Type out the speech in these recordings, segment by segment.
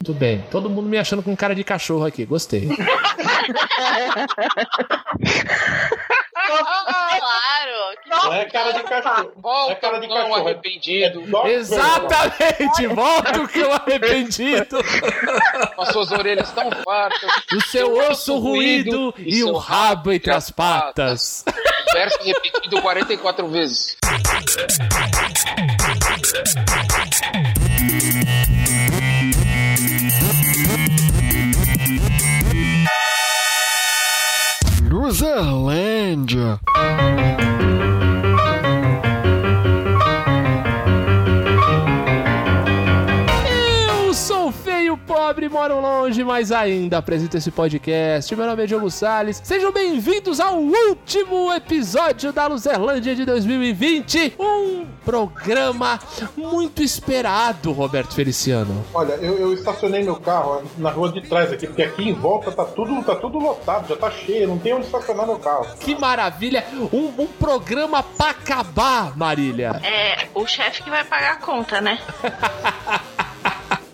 Muito bem. Todo mundo me achando com cara de cachorro aqui. Gostei. claro. Que... Não é cara de cachorro. Ah, Volta É cara de o cão cachorro. É arrependido, Dog Exatamente. Volta o cão arrependido. com as suas orelhas tão fartas, O seu osso ruído e o rabo entre as patas. o verso repetido 44 vezes. Loserlândia. Eu sou feio, pobre, moro longe, mas ainda apresento esse podcast. Meu nome é Diogo Salles. Sejam bem-vindos ao último episódio da Luzerlândia de 2020. Um programa muito esperado, Roberto Feliciano. Olha, eu, eu estacionei meu carro na rua de trás aqui, porque aqui em volta tá tudo, tá tudo lotado, já tá cheio, não tem onde estacionar meu carro. Que maravilha! Um, um programa pra acabar, Marília. É o chefe que vai pagar a conta, né?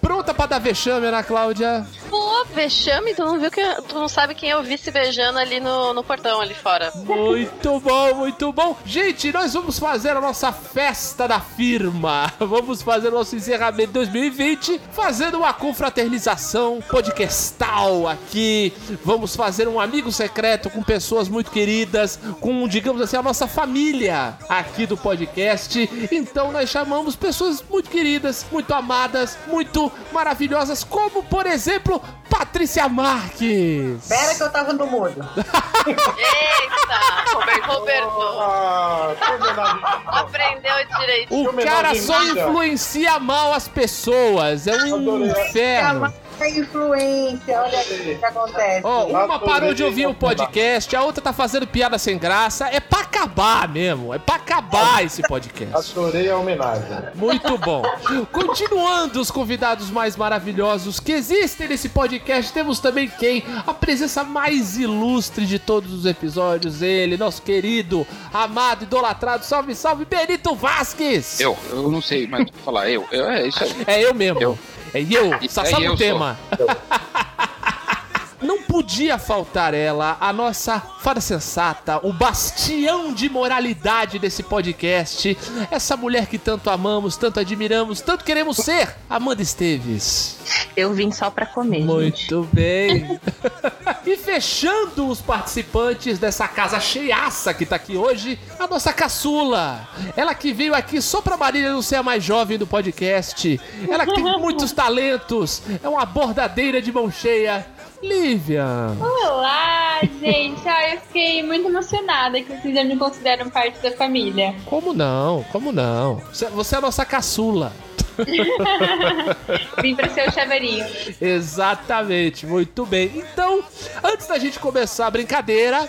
Pronta pra dar vexame, Ana Cláudia? Pô, vexame, tu não viu que tu não sabe quem eu vi se beijando ali no, no portão ali fora. Muito bom, muito bom. Gente, nós vamos fazer a nossa festa da firma. Vamos fazer o nosso encerramento de 2020 fazendo uma confraternização podcastal aqui. Vamos fazer um amigo secreto com pessoas muito queridas, com, digamos assim, a nossa família aqui do podcast. Então nós chamamos pessoas muito queridas, muito amadas, muito maravilhosas, como, por exemplo, Patrícia Marques. Pera que eu tava no mudo. Eita! Roberto, Roberto Ah, terminado. aprendeu direito. O Filme cara Nova só Vida. influencia mal as pessoas. É um Adorei. inferno. É influência, olha aí o que acontece. Ó, uma Adorei. parou de ouvir o podcast, a outra tá fazendo piada sem graça. É pra acabar mesmo. É pra acabar esse podcast. Adorei a homenagem. Muito bom. Continuando os convidados mais maravilhosos que existem nesse podcast, temos também quem? A presença mais ilustre de todos os episódios, ele, nosso querido, amado, idolatrado, salve, salve, Benito Vasquez. Eu, eu não sei mais o que falar, eu, eu é isso aí. É eu mesmo. Eu. É eu, É Sassá eu no tema. Não podia faltar ela, a nossa fada sensata, o bastião de moralidade desse podcast, essa mulher que tanto amamos, tanto admiramos, tanto queremos ser, Amanda Esteves. Eu vim só pra comer. gente. Muito bem. e fechando os participantes dessa casa cheiaça que tá aqui hoje, a nossa caçula. Ela que veio aqui só pra Marília não ser a mais jovem do podcast. Ela que tem muitos talentos. É uma bordadeira de mão cheia. Lívia. Olá, gente! Ah, eu fiquei muito emocionada que vocês já me consideram parte da família. Como não? Como não? Você- Você é a nossa caçula. Vim pra ser o chaveirinho. Exatamente, muito bem. Então, antes da gente começar a brincadeira.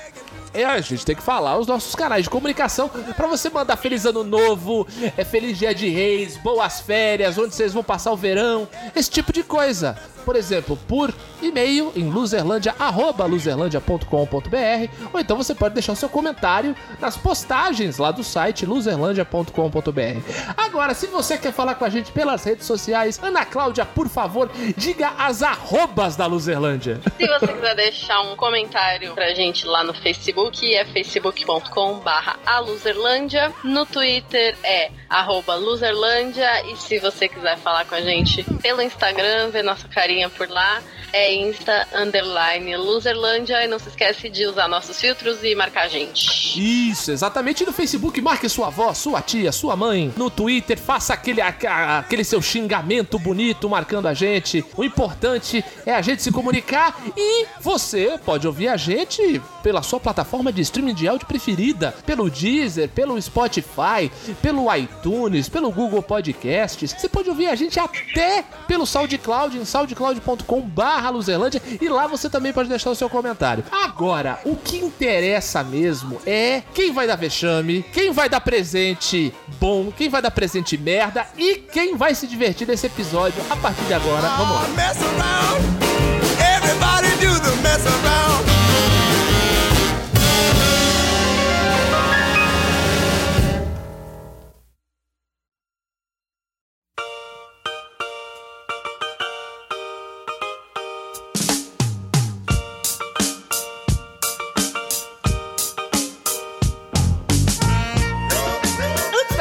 é, A gente tem que falar os nossos canais de comunicação pra você mandar feliz ano novo, é feliz dia de reis, boas férias, onde vocês vão passar o verão, esse tipo de coisa. Por exemplo, por e-mail em luzerlandia, arroba luzerlandia.com.br ou então você pode deixar o seu comentário nas postagens lá do site luzerlandia.com.br. Agora, se você quer falar com a gente pelas redes sociais, Ana Cláudia, por favor, diga as arrobas da Luzerlândia. Se você quiser deixar um comentário pra gente lá no Facebook, é facebook.com barra aluzerlândia. No Twitter é arroba luzerlândia. E se você quiser falar com a gente pelo Instagram, ver nossa carinha por lá, é insta underline luzerlândia. E não se esquece de usar nossos filtros e marcar a gente. Isso, exatamente. E no Facebook, marque sua avó, sua tia, sua mãe. No Twitter, faça aquele, a- a- aquele seu xingamento bonito marcando a gente. O importante é a gente se comunicar e você pode ouvir a gente pela sua plataforma de streaming de áudio preferida, pelo Deezer, pelo Spotify, pelo iTunes, pelo Google Podcasts. Você pode ouvir a gente até pelo SoundCloud, em soundcloud.com barra Luzerlândia e lá você também pode deixar o seu comentário. Agora, o que interessa mesmo é quem vai dar vexame, quem vai dar presente bom, quem vai dar presente merda e quem vai se divertir nesse episódio a partir de agora. Vamos lá. mess around. Everybody do the mess around.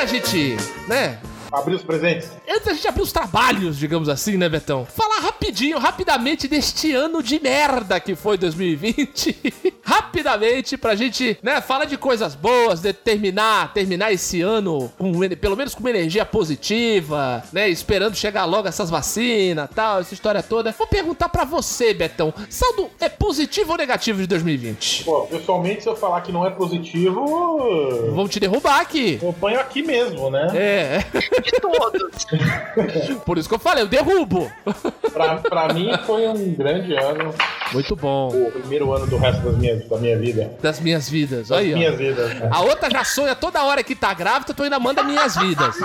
gente, né? Abrir os presentes. Antes da gente abrir os trabalhos, digamos assim, né, Betão? Falar rapidinho, rapidamente deste ano de merda que foi 2020. rapidamente, pra gente, né, falar de coisas boas, de terminar, terminar esse ano com, ener- pelo menos com uma energia positiva, né, esperando chegar logo essas vacinas tal, essa história toda. Vou perguntar pra você, Betão, saldo é positivo ou negativo de 2020? Pô, pessoalmente, se eu falar que não é positivo, eu Vamos te derrubar aqui. apanho aqui mesmo, né? É, de todos. por isso que eu falei, eu derrubo. Pra, pra mim foi um grande ano, Muito bom. o primeiro ano do resto das minhas, da minha vida. Das minhas vidas, Das aí, ó. minhas vidas. né? A outra já sonha toda hora que tá grávida, tu ainda manda minhas vidas.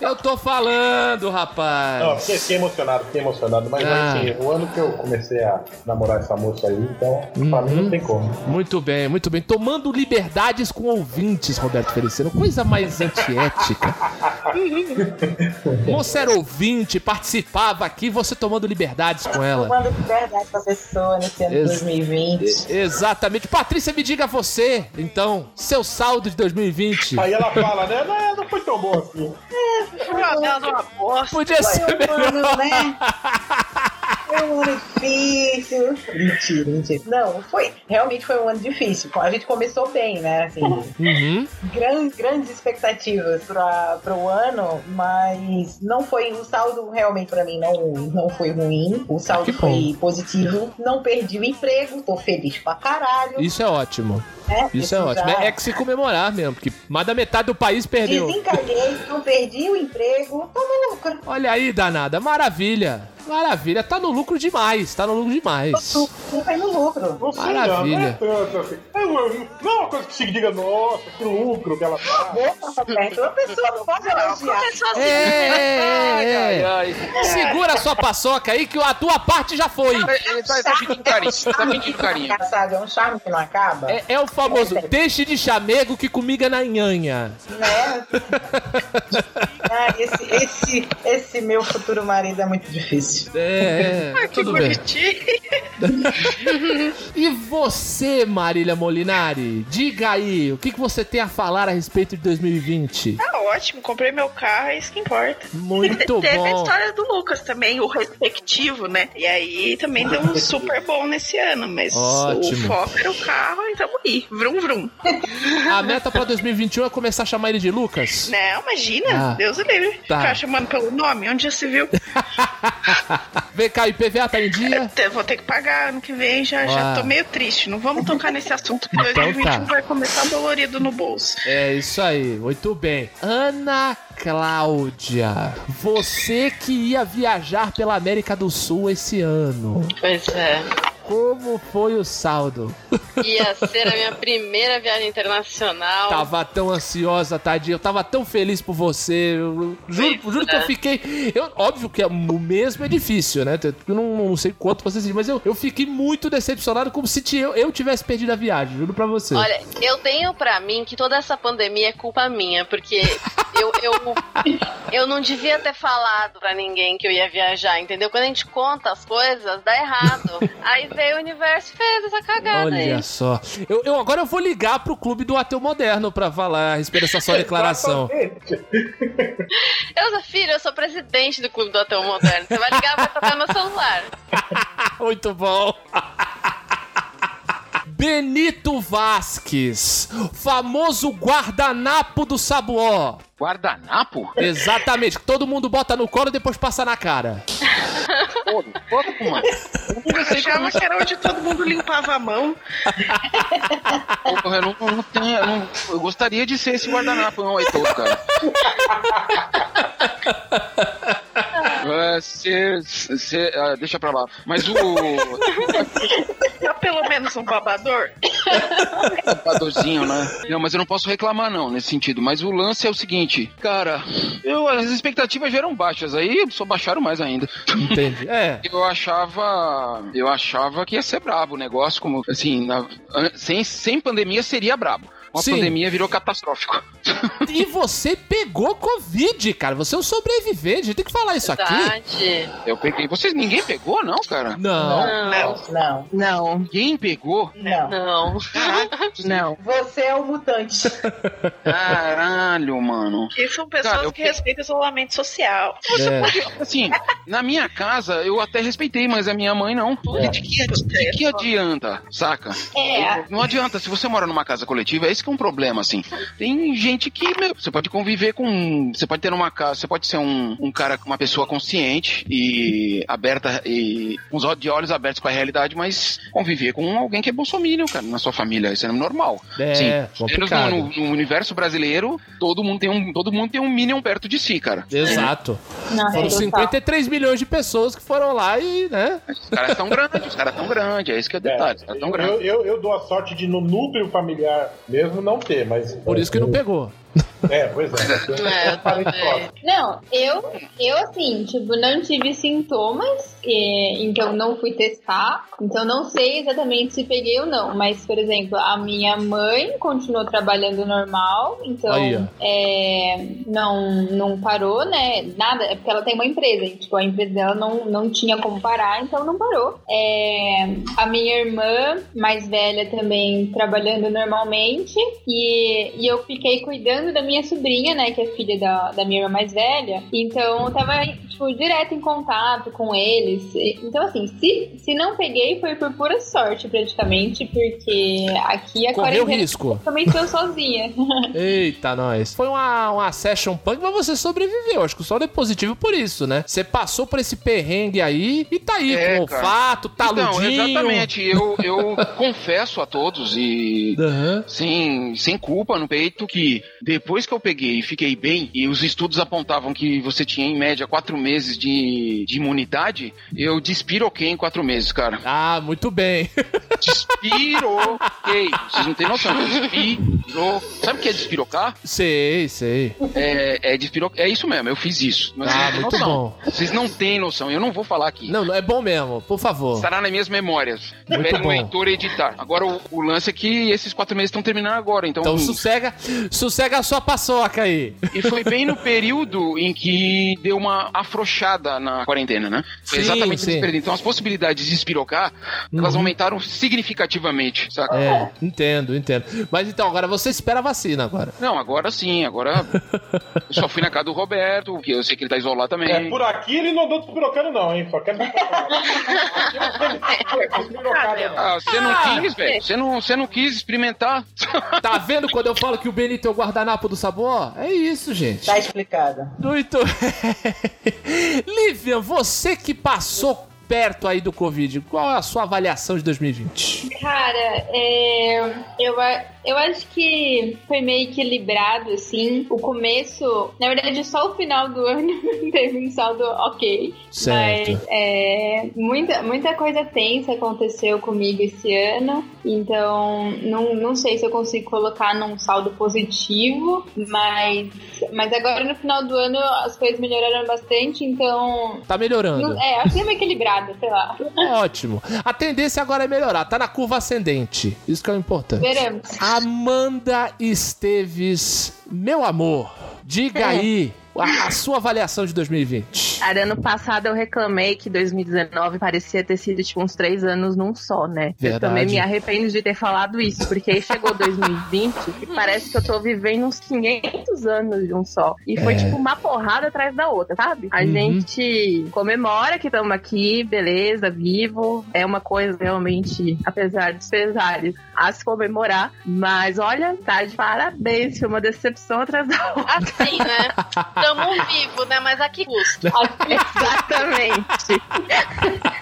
Eu tô falando, Não, rapaz. fiquei, fiquei emocionado, fiquei emocionado. Mas Ah. assim, o ano que eu comecei a namorar essa moça aí, então, pra Uhum. mim não tem como. Muito bem, muito bem. Tomando liberdades com ouvintes, Roberto Feliciano. Coisa mais antiética. Você era ouvinte, participava aqui, você tomando liberdades com ela. Quando de verdade com as pessoas nesse ano de Esse- 2020. Exatamente. Patrícia, me diga você, então, seu saldo de 2020. Aí ela fala, né? Não, não foi tão bom assim. Foi uma bela de uma bosta. Podia ser Foi um melhor. ano, né? Foi um ano difícil. Mentira, mentira. Não, foi. Realmente foi um ano difícil. A gente começou bem, né? Assim, Uhum. gran- grandes expectativas para o ano, mas não foi. O saldo realmente para mim não, não foi ruim. O saldo Ah, Que bom. foi positivo. Não perdi o emprego, tô feliz pra caralho. Isso é ótimo. né? Isso é ótimo. já- É, é que se comemorar mesmo, porque mais da metade do país perdeu. Desencaguei, não perdi o emprego, tô no lucro. Olha aí, danada. Maravilha. Maravilha. Tá no lucro demais. Tá no lucro demais. Não foi no lucro. Não sei, Maravilha. não, não é tanto assim. Não é uma coisa que se diga, nossa, que lucro que ela tá." faz. Boca, Roberto, uma pessoa não pode elogiar. Começou assim. É, é, Ai, é. ai. Segura a sua paçoca aí que a tua parte já foi. Ele tá, tá pedindo carinho, tá pedindo carinho. Sabe, é um charme que não acaba, É, é o famoso deixe de chamego que comiga na nhanha. né? Ah, esse, esse, esse meu futuro marido é muito difícil. É, é Que tudo bem. bonitinho. E você, Marília Molinari, diga aí, o que, que você tem a falar a respeito de 2020? Tá ótimo, comprei meu carro, é isso que importa. Muito Teve a bom. história do Lucas também, o respectivo, né? E aí também deu um super bom nesse ano, mas Ótimo. o foco era o carro, então aí, vrum vrum. A meta pra 2021 é começar a chamar ele de Lucas? Não, imagina, Ah, Deus o livre. tá. Ficar chamando pelo nome, onde já se viu. Vem cá, IPVA tá em dia? Eu vou ter que pagar ano que vem, já, já Ah. tô meio triste. Não vamos tocar nesse assunto, que Então tá. 2021 vai começar dolorido no bolso. É isso aí, muito bem. Ana Cláudia, você que ia viajar pela América do Sul esse ano, Pois é. como foi o saldo? Ia ser a minha primeira viagem internacional. Tava tão ansiosa, tadinha, eu tava tão feliz por você, eu juro, Pois juro que é. eu fiquei... eu- óbvio que é- o mesmo é difícil, né? Eu não, não sei quanto você sentiu, mas eu, eu fiquei muito decepcionado, como se ti- eu, eu tivesse perdido a viagem, juro pra você. Olha, eu tenho pra mim que toda essa pandemia é culpa minha, porque eu, eu, eu não devia ter falado pra ninguém que eu ia viajar, entendeu? Quando a gente conta as coisas, dá errado. Aí veio o universo e fez essa cagada Olha aí. só. Eu, eu- agora eu vou ligar pro clube do Ateu Moderno pra falar a respeito dessa sua declaração. Eu sou filha, eu sou presidente do Clube do Hotel Moderno. Você vai ligar, vai tocar meu celular. Muito bom. Benito Vasques, famoso guardanapo do Sabuó. Guardanapo? Exatamente, que todo mundo bota no colo e depois passa na cara. Pô, pô, mano. Eu achava que era onde todo mundo limpava a mão. Porra, eu, não, não tenho, eu, não- eu gostaria de ser esse guardanapo, não, Heitor, cara. É, cê- cê- ah, deixa pra lá. Mas o Tá pelo menos um babador. tapadorzinho, né? Não, mas eu não posso reclamar, não, nesse sentido. Mas o lance é o seguinte, cara, eu, as expectativas já eram baixas, aí só baixaram mais ainda. Entende? É. Eu achava. Eu achava que ia ser brabo o negócio, como assim, na- an- sem, sem pandemia seria brabo. Uma Sim. pandemia virou catastrófico. E você pegou Covid, cara. Você é um sobrevivente. Eu tenho que falar isso Tá aqui. Verdade. Eu peguei. Vocês ninguém pegou, não, cara? Não. né? Não, Não, Não, Ninguém pegou? não. não. não. Você é o mutante. Caralho, mano. E são pessoas Cara, eu que pe- respeitam o isolamento social. É. Assim, na minha casa eu até respeitei, mas a minha mãe não. E de que, de que adianta, saca? É. Não adianta, se você mora numa casa coletiva, esse que é um problema, assim. Tem gente que, meu, você pode conviver com. um, Você pode ter numa casa, você pode ser um, um cara, uma pessoa consciente e aberta e com os ó- de olhos abertos pra realidade, mas conviver com alguém que é bolsominion, cara, na sua família. Isso é normal. É, Menos complicado. no, no- no universo brasileiro, todo mundo, tem um, todo mundo tem um Minion perto de si, cara. Exato. Não, Foram é total. 53 milhões de pessoas que foram lá e, né? Os caras tão grandes, os caras tão grandes, é isso que é o detalhe, os caras tão grandes. eu, eu, eu dou a sorte de no núcleo familiar mesmo não ter, mas. Por isso que não pegou. É, pois é. É, Parente também. próximo. Não, eu, eu assim, tipo, não tive sintomas, e, então não fui testar, então não sei exatamente se peguei ou não, mas, por exemplo, a minha mãe continuou trabalhando normal, então Aí, ó. é, não, não parou, né, nada, é porque ela tem uma empresa, e, tipo, a empresa dela não, não tinha como parar, então não parou. É, a minha irmã mais velha também trabalhando normalmente, e, e eu fiquei cuidando da minha sobrinha, né? Que é filha da, da minha irmã mais velha. Então eu tava, tipo, direto em contato com eles. E- Então, assim, se, se não peguei foi por pura sorte, praticamente, porque aqui a Correu é quarentena risco. também estou sozinha. Eita, nós. Foi uma, uma session punk, mas você sobreviveu. Acho que o sol é positivo por isso, né? Você passou por esse perrengue aí e tá aí É, com cara. olfato, tá Então, taludinho. exatamente, eu, eu confesso a todos e Aham. sem, sem culpa no peito que depois que eu peguei e fiquei bem e os estudos apontavam que você tinha em média quatro meses de, de imunidade, eu despiroquei em quatro meses, cara. Ah, muito bem. Despiroquei. Vocês não têm noção. Despiro. Sabe o que é despirocar? Sei, sei. É, é despiro... É isso mesmo, eu fiz isso. Mas Ah, vocês não muito têm noção. bom. Vocês não têm noção, eu não vou falar aqui. Não, não, é bom mesmo, por favor. Estará nas minhas memórias. Muito Espere bom. um leitor editar. Agora, o, o lance é que esses quatro meses estão terminando agora, então... Então sossega, sossega a sua paçoca aí. E foi bem no período em que deu uma afrouxada na quarentena, né? Foi Sim, exatamente sim. nesse período. Então, as possibilidades de espirocar, elas Uhum. aumentaram significativamente, saca? É, entendo, entendo. Mas então, agora você espera a vacina agora. Não, agora sim, agora... eu só fui na casa do Roberto, porque eu sei que ele tá isolado também. É, por aqui ele não andou despirocando, não, hein? Só é quer botar pra É. lá. Ah, Aqui não tem despirocada, não. Tá você não quis, velho. Você não, você não quis experimentar. Tá vendo quando eu falo que o Benito é o guardanapo do sabor? É isso, gente. Tá explicado. Muito bem. Lívia, você que passou perto aí do Covid, qual é a sua avaliação de 2020? Cara, é, eu, a- eu acho que foi meio equilibrado, assim. O começo, na verdade, só o final do ano teve um saldo ok. Mas é, muita, muita coisa tensa aconteceu comigo esse ano. Então, não, não sei se eu consigo colocar num saldo positivo. Mas, mas agora, no final do ano, as coisas melhoraram bastante. Então, Tá melhorando. não- é, acho que é meio equilibrado, sei lá. Ótimo. A tendência agora é melhorar, tá na curva ascendente. Isso que é o importante. Veremos. Amanda Esteves, meu amor, diga aí a, a sua avaliação de 2020. Cara, ano passado eu reclamei que 2019 parecia ter sido tipo uns três anos num só, né? Eu Verdade. também me arrependo de ter falado isso, porque aí chegou 2020 e parece que eu tô vivendo uns 500 anos de um só. E foi É. tipo uma porrada atrás da outra, sabe? A Uhum. gente comemora que estamos aqui, beleza, vivo. É uma coisa realmente, apesar dos pesares, a se comemorar. Mas olha, tá de parabéns, foi uma decepção atrás da outra. Assim, né? Tamo vivo, né? Mas a que custo? Exatamente.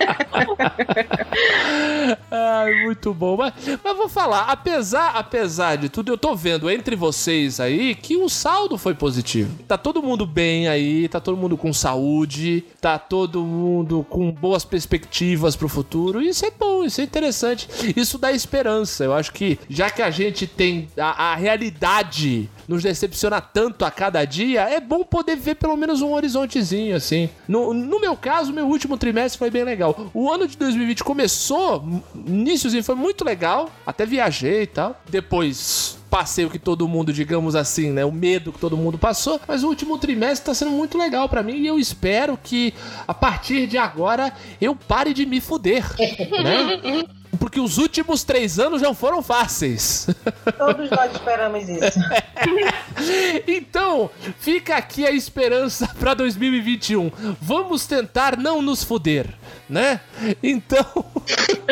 Ai, muito bom. Mas, mas vou falar, apesar, apesar de tudo, eu tô vendo entre vocês aí que o saldo foi positivo. Tá todo mundo bem aí, tá todo mundo com saúde, tá todo mundo com boas perspectivas pro futuro. Isso é bom, isso é interessante. Isso dá esperança. Eu acho que já que a gente tem a, a realidade nos decepciona tanto a cada dia, é bom poder ver pelo menos um horizontezinho, assim. No, no meu caso, meu último trimestre foi bem legal. O ano de 2020 começou, m- iniciozinho foi muito legal, até viajei e tal. Depois passeio que todo mundo, digamos assim, né? O medo que todo mundo passou. Mas o último trimestre tá sendo muito legal pra mim e eu espero que a partir de agora eu pare de me fuder, né? Porque os últimos três anos não foram fáceis. Todos nós esperamos isso. Então, fica aqui a esperança pra 2021. Vamos tentar não nos fuder, né? Então,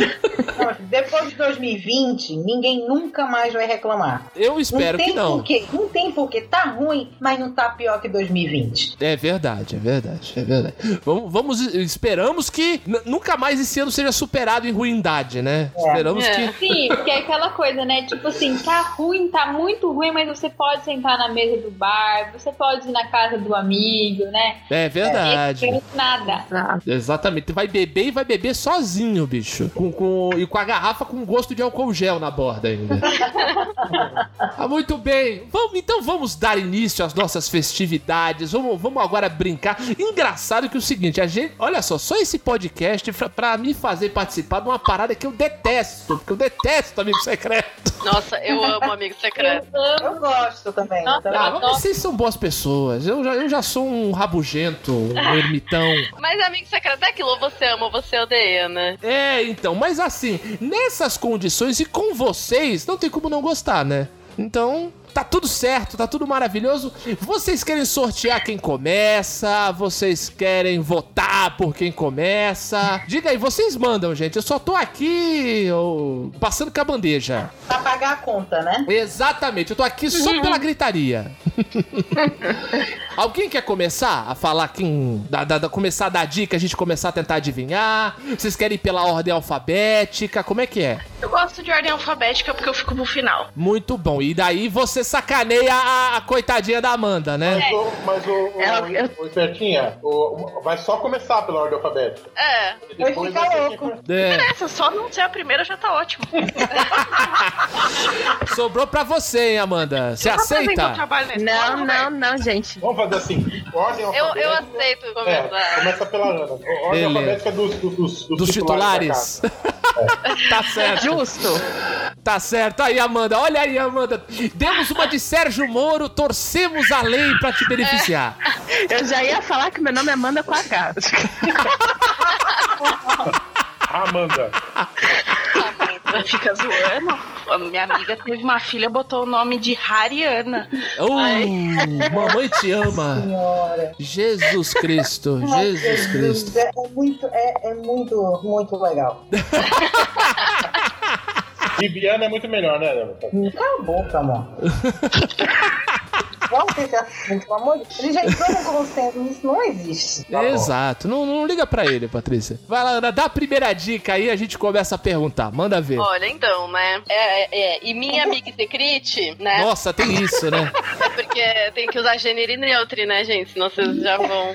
Depois de 2020, ninguém nunca mais vai reclamar. eu espero não tem que não. Porquê, não tem porquê. Tá ruim, mas não tá pior que 2020. É verdade, é verdade, é verdade. Vamos, vamos- esperamos que n- nunca mais esse ano seja superado em ruindade, né? Esperamos É. que. Sim, porque é aquela coisa, né? Tipo assim, tá ruim, tá muito ruim, mas você pode sentar na mesa do bar, você pode ir na casa do amigo, né? É verdade. Ninguém quer Nada. Exato. Exatamente. Vai beber e vai beber sozinho, bicho. Com, com, e com a garrafa com gosto de álcool gel na borda ainda. ah, muito bem. Vamos, então vamos dar início às nossas festividades. Vamos, vamos agora brincar. Engraçado que é o seguinte, a gente. Olha só, só esse podcast pra, pra me fazer participar de uma parada que eu detesto. Porque eu detesto amigo secreto. Nossa, eu amo Amigo Secreto. Eu amo. Eu gosto também. Não, então- Ah, não. mas vocês são boas pessoas. Eu já, eu já sou um rabugento, um ermitão. Mas Amigo Secreto é aquilo, ou você ama ou você odeia, né? É, então, mas assim, nessas condições e com vocês, não tem como não gostar, né? Então, tá tudo certo, tá tudo maravilhoso. Vocês querem sortear quem começa, vocês querem votar por quem começa. Diga aí, vocês mandam, gente. Eu só tô aqui eu, passando com a bandeja. Pra pagar a conta, né? Exatamente, eu tô aqui só pela gritaria. Alguém quer começar a falar quem. Da, da- da- começar a dar dica, a gente começar a tentar adivinhar? Vocês querem ir pela ordem alfabética? Como é que é? Eu gosto de ordem alfabética porque eu fico no final. Muito bom. E daí você sacaneia a, a coitadinha da Amanda, né? Mas, o, mas o, o, É, Ela- eu- o Espertinha, o- o- vai só começar pela ordem alfabética. É. E Vai depois ficar vai ter louco. que- É, Essa só não ser a primeira já tá ótimo. sobrou pra você, hein, Amanda? Você Tá aceita? trabalho na escola, Não, né? não, não, gente. Vamos fazer assim. Ordem Eu, né? alfabética. eu aceito É, começar. começa pela Ana. Ordem Beleza. alfabética dos, dos, dos Dos titulares. titulares? da casa. tá certo. Justo. Tá certo. Aí, Amanda, olha aí, Amanda. Demos uma de Sérgio Moro, torcemos a lei pra te beneficiar. Eu já ia falar que meu nome é Amanda com H. tá? Amanda. Ela Fica zoando. A Minha amiga teve uma filha, botou o nome de Hariana. Uh, mamãe te ama. Senhora. Jesus Cristo, Jesus Cristo. É, é muito, é, é muito, muito legal. Viviana é muito melhor, né, Ana? Cala a boca, amor. Vamos ter esse assunto, pelo amor de Deus. Ele já entrou no consenso, isso não existe. Tá bom. Exato, não, não liga pra ele, Patrícia. Vai lá, Ana, dá a primeira dica aí, a gente começa a perguntar. Manda ver. Olha, então, né? É, é, é. E minha amiga secrete, né? Nossa, tem isso, né? É porque tem que usar gênero e neutro, né, gente? Senão vocês já vão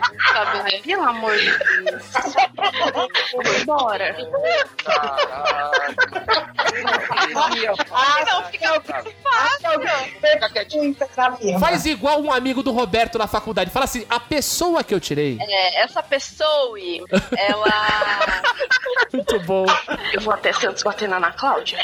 saber. Pelo amor de Deus. Bora. Caraca. Ah, Não, fica Fica quietinho. muita na firma. Faz igual um amigo do Roberto na faculdade. Fala assim: a pessoa que eu tirei. É, essa pessoa, ela. Muito bom. Eu vou até Santos bater na Ana Cláudia.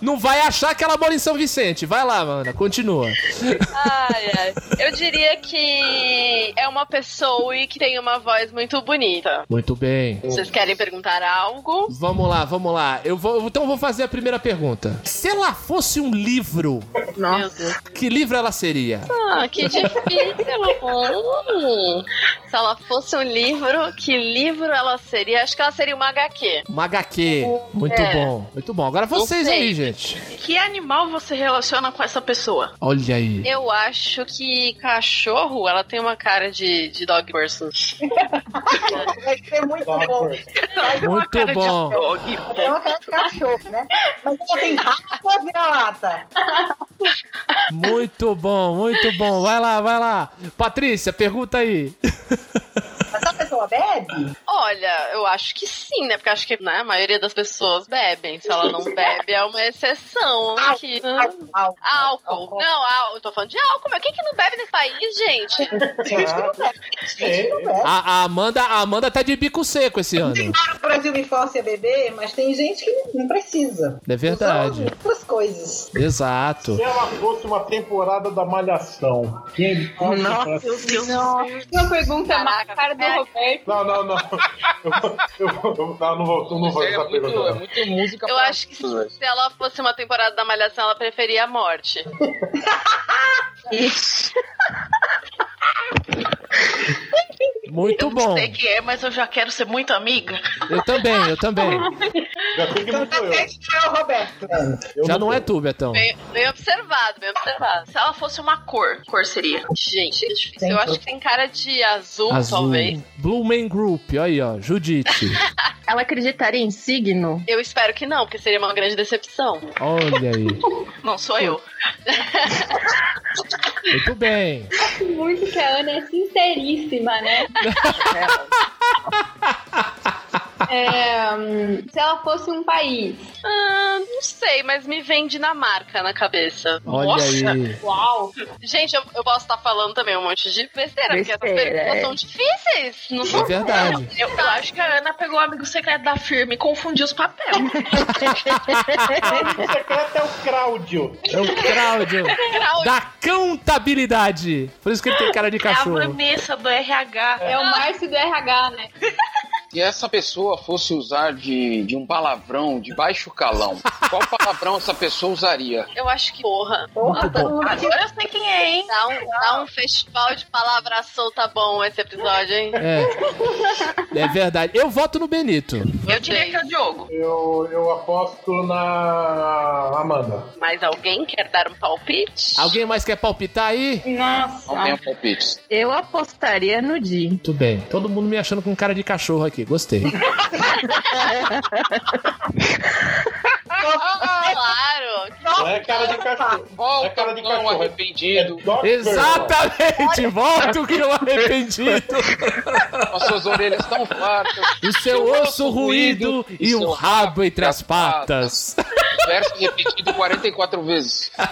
Não vai achar que ela mora em São Vicente. Vai lá, Ana, continua. Ai, ai. Eu diria que é uma pessoa que tem uma voz muito bonita. Muito bem. Vocês querem perguntar algo? Vamos lá, vamos lá. Eu vou, então eu vou fazer a primeira pergunta. Se ela fosse um livro, Meu Deus. que livro ela seria? Ah, que difícil. Hum. Se ela fosse um livro, que livro ela seria? Acho que ela seria uma HQ. Uma HQ. Muito É. bom, muito bom. Agora vocês sei. aí, gente. Que animal você relaciona com essa pessoa? Olha aí. Eu acho que cachorro, ela tem uma cara de, de dog person. Vai ser muito bom. Faz uma Muito cara de bom. dog. É uma cara de cachorro, né? Mas ela tem rabo ou vira-lata? Muito bom, muito bom. Vai lá, vai lá. Patrícia, pergunta aí. Essa pessoa pessoa bebe? Olha, eu acho que sim, né? Porque acho que né, a maioria das pessoas bebem. Se ela não bebe, é uma exceção. aqui. Au, Ah. Álcool. Não, álcool. Eu tô falando de álcool, mas quem que não bebe nesse país, gente? Tem gente que não bebe. Tem gente que não bebe. A, a Amanda, a Amanda tá de bico seco esse ano. O Brasil me força a beber, mas tem gente que não precisa. É verdade. Usamos Duas coisas. Exato. Se ela fosse uma temporada da Malhação, quem. Nossa, meu Deus. Uma pergunta mais Caraca, cara do é. Roberto. Não, não, não. Eu, vou- eu, vou- eu- não, não vou, não vou Isso aí fazer é, essa muito, é pergunta. muito música Eu pra acho que pessoas. se ela fosse uma temporada da Malhação, ela preferia a morte. Muito Eu bom. não sei que é, mas eu já quero ser muito amiga. Eu também, eu também. não. Já sei que não sou eu. É o Roberto. Eu Já não é tu, Betão. Bem, bem observado, bem observado. Se ela fosse uma cor, que cor seria? Gente, é difícil. Tem Eu cor. acho que tem cara de azul, Azul. talvez. Blue Man Group, aí, ó. Judite. Ela acreditaria em então. signo? Eu espero que não, porque seria uma grande decepção. Olha aí. Não sou eu. Muito bem. Gosto muito que a Ana é sinceríssima, né? É, hum, se ela fosse um país. Ah, não sei, mas me vem Dinamarca na cabeça. Olha aí. Uau! Gente, eu, eu posso estar falando também um monte de besteira, porque essas Besteira, perguntas é. são difíceis. Não É são verdade. Eu, eu acho que a Ana pegou o amigo secreto da firma e confundiu os papéis. O secreto é o Cláudio. É o Claudio grau. da contabilidade. Por isso que ele tem cara de É a cachorro. Vanessa do RH. É o Márcio do RH, né? E essa pessoa fosse usar de, de um palavrão de baixo calão, qual palavrão essa pessoa usaria? Eu acho que, porra, Muito bom. Agora eu sei quem é, hein? dá um, dá um festival de palavra solta bom esse episódio, hein? É. É verdade. Eu voto no Benito. Eu diria que é o Diogo. Eu, eu aposto na Amanda. Mas alguém quer dar um palpite? Alguém mais quer palpitar aí? Ah. Não tem palpite. Eu apostaria no Di. Muito bem. Todo mundo me achando com cara de cachorro aqui. Gostei. Claro! Não é cara de cachorro. Volta, É cara de não, cachorro. É arrependido, Dr. Exatamente. Voto que eu arrependido. com as suas orelhas tão fartas, O seu osso é um ruído e um rabo entre as patas. verso repetido 44 vezes. Tá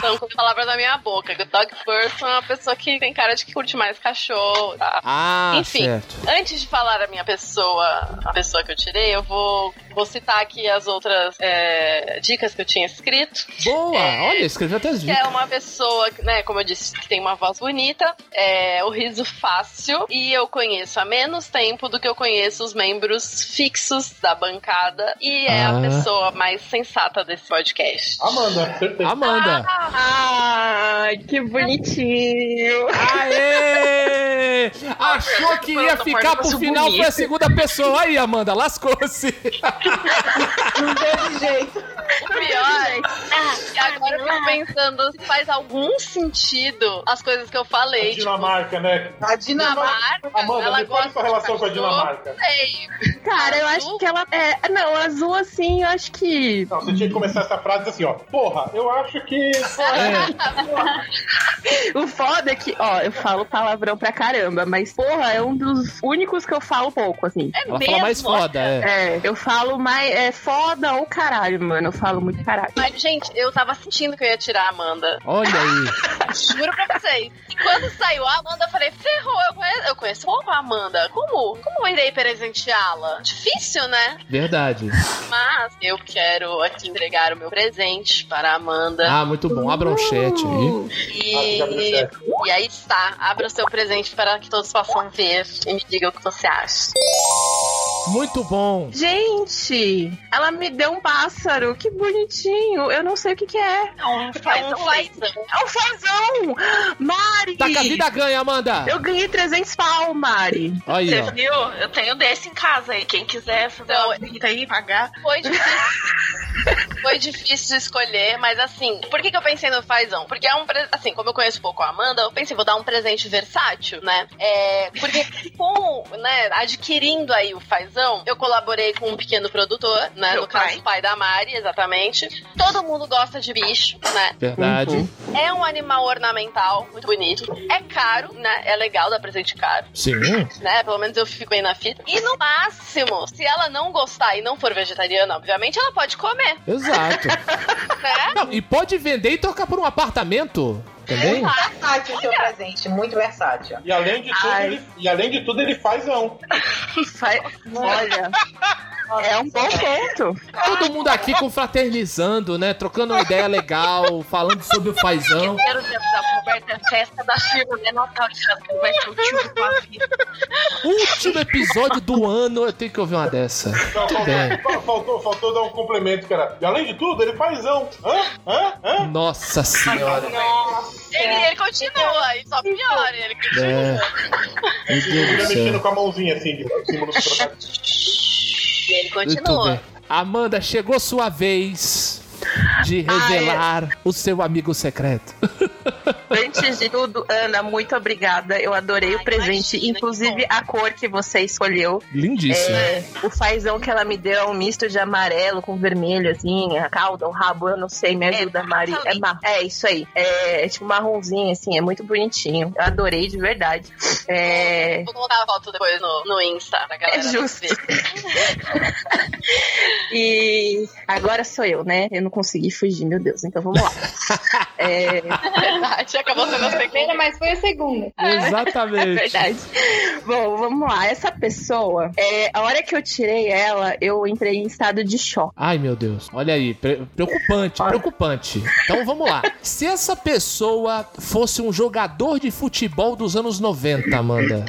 São com palavras da minha boca. que o Dog Person é uma pessoa que tem cara de que curte mais cachorro. tá? Ah, Enfim. certo. Antes de falar a minha pessoa, a pessoa que eu tirei, eu vou, vou citar aqui as outras é, dicas que eu tinha escrito. Boa. Olha, escreveu até as Que é dicas. uma pessoa, que, né, como eu disse, que tem uma voz bonita, é, o riso fácil, e eu conheço há menos tempo do que eu conheço os membros fixos da bancada, e é Ah. a pessoa mais sensata desse podcast. Ah, Amanda, certeza. Amanda. Ai, que bonitinho. Aê! Achou que ia ficar pro final foi a segunda pessoa. Aí, Amanda, lascou-se. Não teve jeito. O pior é que agora eu fico pensando se faz algum sentido as coisas que eu A falei. Tipo, Dinamarca, né? A Dinamarca. Dinamarca, Amanda, ela me fala gosta sua de relação com a cachorro. Dinamarca. Sei. Cara, eu acho que ela é. Não, azul assim, eu acho que. Não, você tinha que começar essa frase assim, ó. Porra, eu acho que. É, O foda é que, ó, eu falo palavrão pra caramba, mas porra, é um dos únicos que eu falo pouco, assim. É ela fala mais foda, é. É, eu falo mais. É foda ou caralho, mano. Eu falo muito caralho. Mas, gente, eu tava sentindo que eu ia tirar a Amanda. Olha aí. Juro pra vocês. E quando saiu a Amanda, eu falei, ferrou, eu conheço, eu conheço pouco a Amanda. Como? Como eu irei presenteá-la? Difícil, né? Verdade. Mas eu quero aqui entregar o meu presente para a Amanda. Ah, muito bom. Abra um chat aí. e... Ah, você já e aí está. Abra o seu presente para que todos possam ver e me diga o que você acha. Muito bom. Gente, ela me deu um pássaro, que bonitinho. Eu não sei o que que é. Não, Então, faz, não faz. É um fazão! Mari! Taca Tá a vida ganha, Amanda. Eu ganhei 300 pau, Mari. Aí, Você ó. viu? Eu tenho desse em casa aí. Quem quiser fazer Não, uma visita aí, pagar. Foi difícil. Foi difícil de escolher, mas assim, por que, que eu pensei no fazão? Porque é um pre- assim, como eu conheço pouco a Amanda, eu pensei, vou dar um presente versátil, né? É, porque com eu, né, adquirindo aí o fazão, eu colaborei com um pequeno produtor, né? Meu no caso, pai. o pai da Mari, exatamente. Todo mundo gosta de bicho, né? Verdade. É um animal ornamental, muito bonito. É caro, né? É legal dar presente caro. Sim. Né? Pelo menos eu fico bem na fita. E no máximo, se ela não gostar e não for vegetariana, obviamente, ela pode comer. Exato. Não, e pode vender e trocar por um apartamento também? Versátil o seu presente, muito versátil. E além de tudo, Ai. ele, e além de tudo ele faz um. Vai- Olha, é um bom ponto. Todo mundo aqui confraternizando, né? Trocando uma ideia legal, falando sobre o fazão. Quero dizer pra Roberta, é festa da firma, né? Natal de festa, vai ter o tio do Pavi. Último episódio do ano, eu tenho que ouvir uma dessa. Não, Muito bem. faltou, faltou, faltou dar um complemento, cara. E além de tudo, ele faz um. Hã? Hã? Hã? Nossa senhora. Ele, ele continua, e só piora. Ele É. Meu Deus do Ele mexendo céu. com a mãozinha assim, de cima do trocadilho. Ele Muito continua. bem. Amanda, chegou sua vez de Ah, é. revelar o seu amigo secreto. Antes de tudo, Ana, muito obrigada. Eu adorei Ah, o presente, imagina, inclusive que a cor que você escolheu. Lindíssimo. É, o fazão que ela me deu é um misto de amarelo com vermelho, assim, a cauda, o rabo, eu não sei, me ajuda, tá Mari. É, ma- é isso aí. É, tipo marronzinho, assim, é muito bonitinho. Eu adorei de verdade. É, Vou colocar a foto depois no, no Insta pra galera É justo. ver. E agora sou eu, né? Eu não consegui fugir, meu Deus. Então vamos lá. É, Verdade, acabou sendo a segunda. Primeira, mas foi a segunda. Exatamente. É verdade. Bom, vamos lá. Essa pessoa, é, a hora que eu tirei ela, eu entrei em estado de choque. Ai, meu Deus. Olha aí, pre- preocupante, preocupante. Então vamos lá. Se essa pessoa fosse um jogador de futebol dos anos 90, Amanda,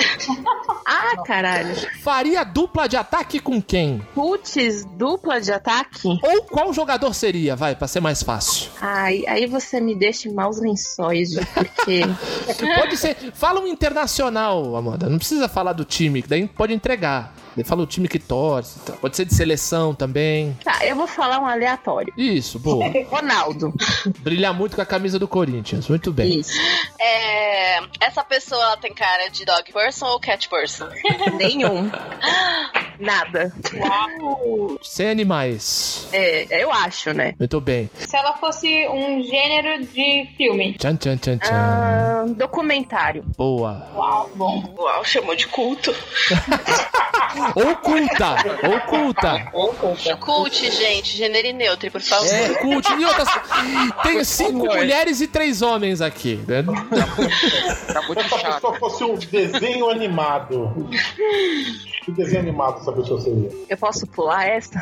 Ah, caralho. faria dupla de ataque com quem? Putz, dupla de ataque? Ou qual jogador seria, vai, pra ser mais fácil? Ai, aí você me deixa em maus lençóis, gente, porque. Pode ser. Fala um internacional, Amanda. Não precisa falar do time, que daí pode entregar. Fala o time que torce. e tal. Pode ser de seleção também. tá, eu vou falar um aleatório. Isso, boa. Ronaldo. Brilhar muito com a camisa do Corinthians. Muito bem. Isso. É, essa pessoa ela tem cara de dog person ou cat person? Nenhum. Nada. Sem animais. É, eu acho, né? Muito bem. Se ela fosse um gênero de filme. Tchan, tchan, tchan, tchan. Ahn, documentário. Boa. Uau, chamou de culto. Oculta. Oculta. Cult, gente, gênero e neutro, por favor. É, cult. E outras... Tem cinco mulheres e três homens aqui. né? Tá muito Se essa chato. pessoa fosse um desenho animado. Que desenho animado essa pessoa seria? Eu posso pular essa?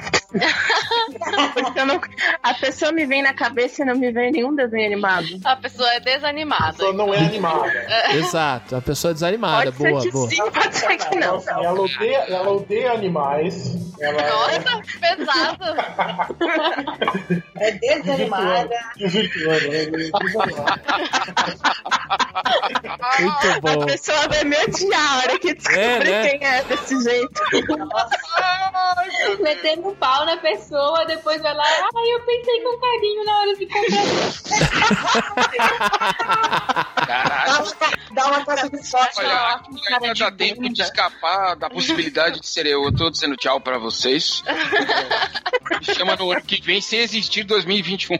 Porque eu não- a pessoa me vem na cabeça e não me vem nenhum desenho animado. A pessoa é A desanimada. pessoa não é animada. Exato. Uma pessoa desanimada. pode boa, ser que boa. sim, pode ser que Ela, não. assim, ela odeia, ela odeia animais. Ela é Nossa, pesado. É desanimada. desvirtuosa, né? Desanimada. Muito A bom. pessoa vai me odiar a hora que descobrir né? quem é desse jeito. Metendo um pau na pessoa, depois vai lá. Ai, eu pensei com carinho na hora de comprar. Caralho. Dá uma, dá uma satisfação. Olha, um ainda dá tempo de escapar da possibilidade de ser eu. Eu tô dizendo tchau pra vocês. Me Chama no ano que vem, se existir 2021.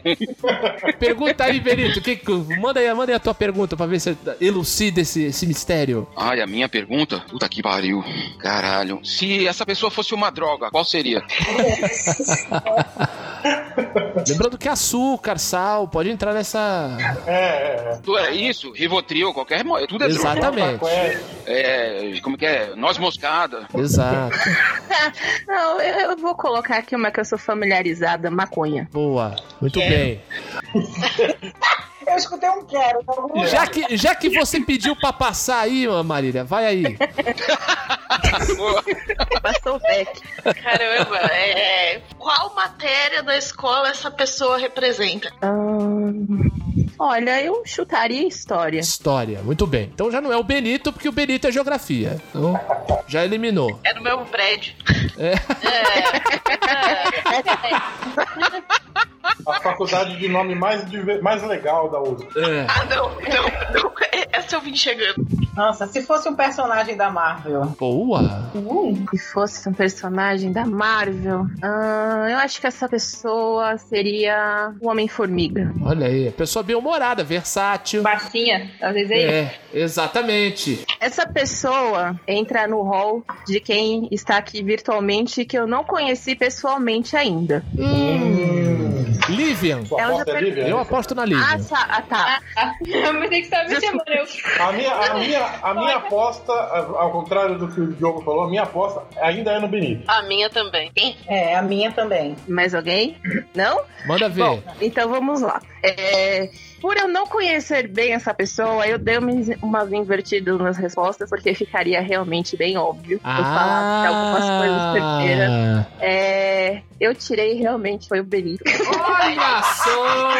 Pergunta aí, Benito. Que, que- manda, aí, manda aí a tua pergunta pra ver se elucida esse, esse mistério. Ai, a minha pergunta? Puta que pariu. Caralho. Se essa pessoa fosse uma droga, qual seria? Lembrando que açúcar, sal, pode entrar nessa. É, é, Tudo é isso? Rivotril, qualquer. mo- Tudo é droga. Exatamente. é. É. Como que é? Noz moscada. Exato. Não, eu, eu vou colocar aqui uma que eu sou familiarizada, maconha. Boa. Muito bem. Eu escutei um quero. em algum lugar. Já que, já que você pediu pra passar aí, ô Marília, vai aí. Ah, Passou o beck. Caramba, é. Qual matéria da escola essa pessoa representa? Ahn, olha, eu chutaria história. História. Muito bem. Então já não é o Benito, porque o Benito é geografia. Então, já eliminou. É no mesmo prédio. A faculdade de nome mais, diver- mais legal da USP. É. Ah, não, não, não. Essa eu É, vim chegando. Nossa, se fosse um personagem da Marvel. Boa! Se fosse um personagem da Marvel, ah, eu acho que essa pessoa seria o Homem-Formiga. Olha aí, pessoa bem humorada, versátil. Bacinha, talvez é isso. É, exatamente. Essa pessoa entra no hall de quem está aqui virtualmente e que eu não conheci pessoalmente ainda. Hum. Livian. Hum, Sua Ela já aposta é per- Lívia? Eu aposto na Ah, Livian. sa- ah, tá. Mas tem que estar me chamando. Eu... A minha, a minha, a minha aposta, a- ao contrário do que o Diogo falou, a minha aposta ainda é no Benítez. A minha também. É, a minha também. Mais alguém? Não? Manda ver. Bom, então vamos lá. É, por eu não conhecer bem essa pessoa, eu dei umas, umas invertidas nas respostas, porque ficaria realmente bem óbvio. Eu falava que algumas Ah! coisas certeiras. É, eu tirei realmente, foi o Benito. Olha só!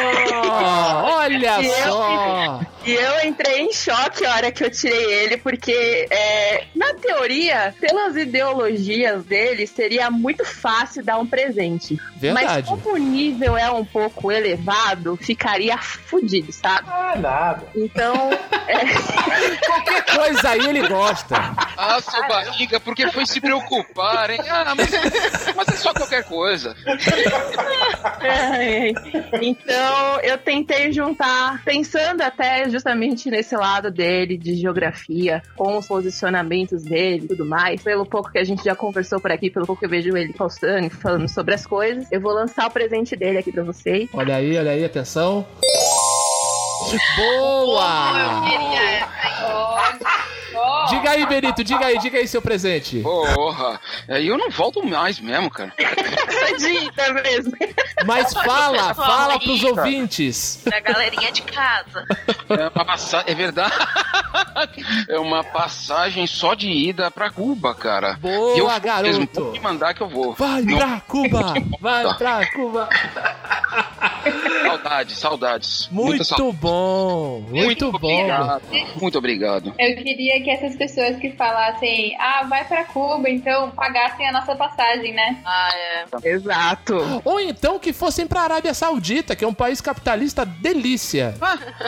Olha E eu- só! E eu entrei em choque a hora que eu tirei ele, porque é, na teoria, pelas ideologias dele, seria muito fácil dar um presente. Mas Verdade. como o nível é um pouco elevado, ficaria fudido, sabe? Ah, nada. Então, Qualquer coisa aí ele gosta. Ah, sua barriga, porque foi se preocupar, hein? Ah, mas, mas é só qualquer coisa. Ai, ai. é, Então, eu tentei juntar, pensando até justamente nesse lado dele, de geografia, com os posicionamentos dele e tudo mais, pelo pouco que a gente já conversou por aqui, pelo pouco que eu vejo ele postando, e falando sobre as coisas, eu vou lançar o presente dele aqui pra vocês. Olha aí, olha aí, atenção. Boa! Ó, Diga aí, Benito, diga aí, diga aí seu presente. Porra. Aí eu não volto mais mesmo, cara. Tadinha mesmo. Mas fala, Fala fala aí, pros ouvintes. Da galerinha de casa. É, uma passa... é verdade. É uma passagem só de ida pra Cuba, cara. E eu Boa, vou mesmo, Tá. garoto. pode me mandar que eu vou. Vai Não. pra Cuba! Vai pra Cuba! Saudades, saudades. Muita saudade. Muito bom! Muito bom! obrigado. Muito obrigado. Eu queria que essas pessoas que falassem, ah, vai pra Cuba, então pagassem a nossa passagem, né? Ah, é. Exato. Ou então que fossem pra Arábia Saudita, que é um país capitalista delícia.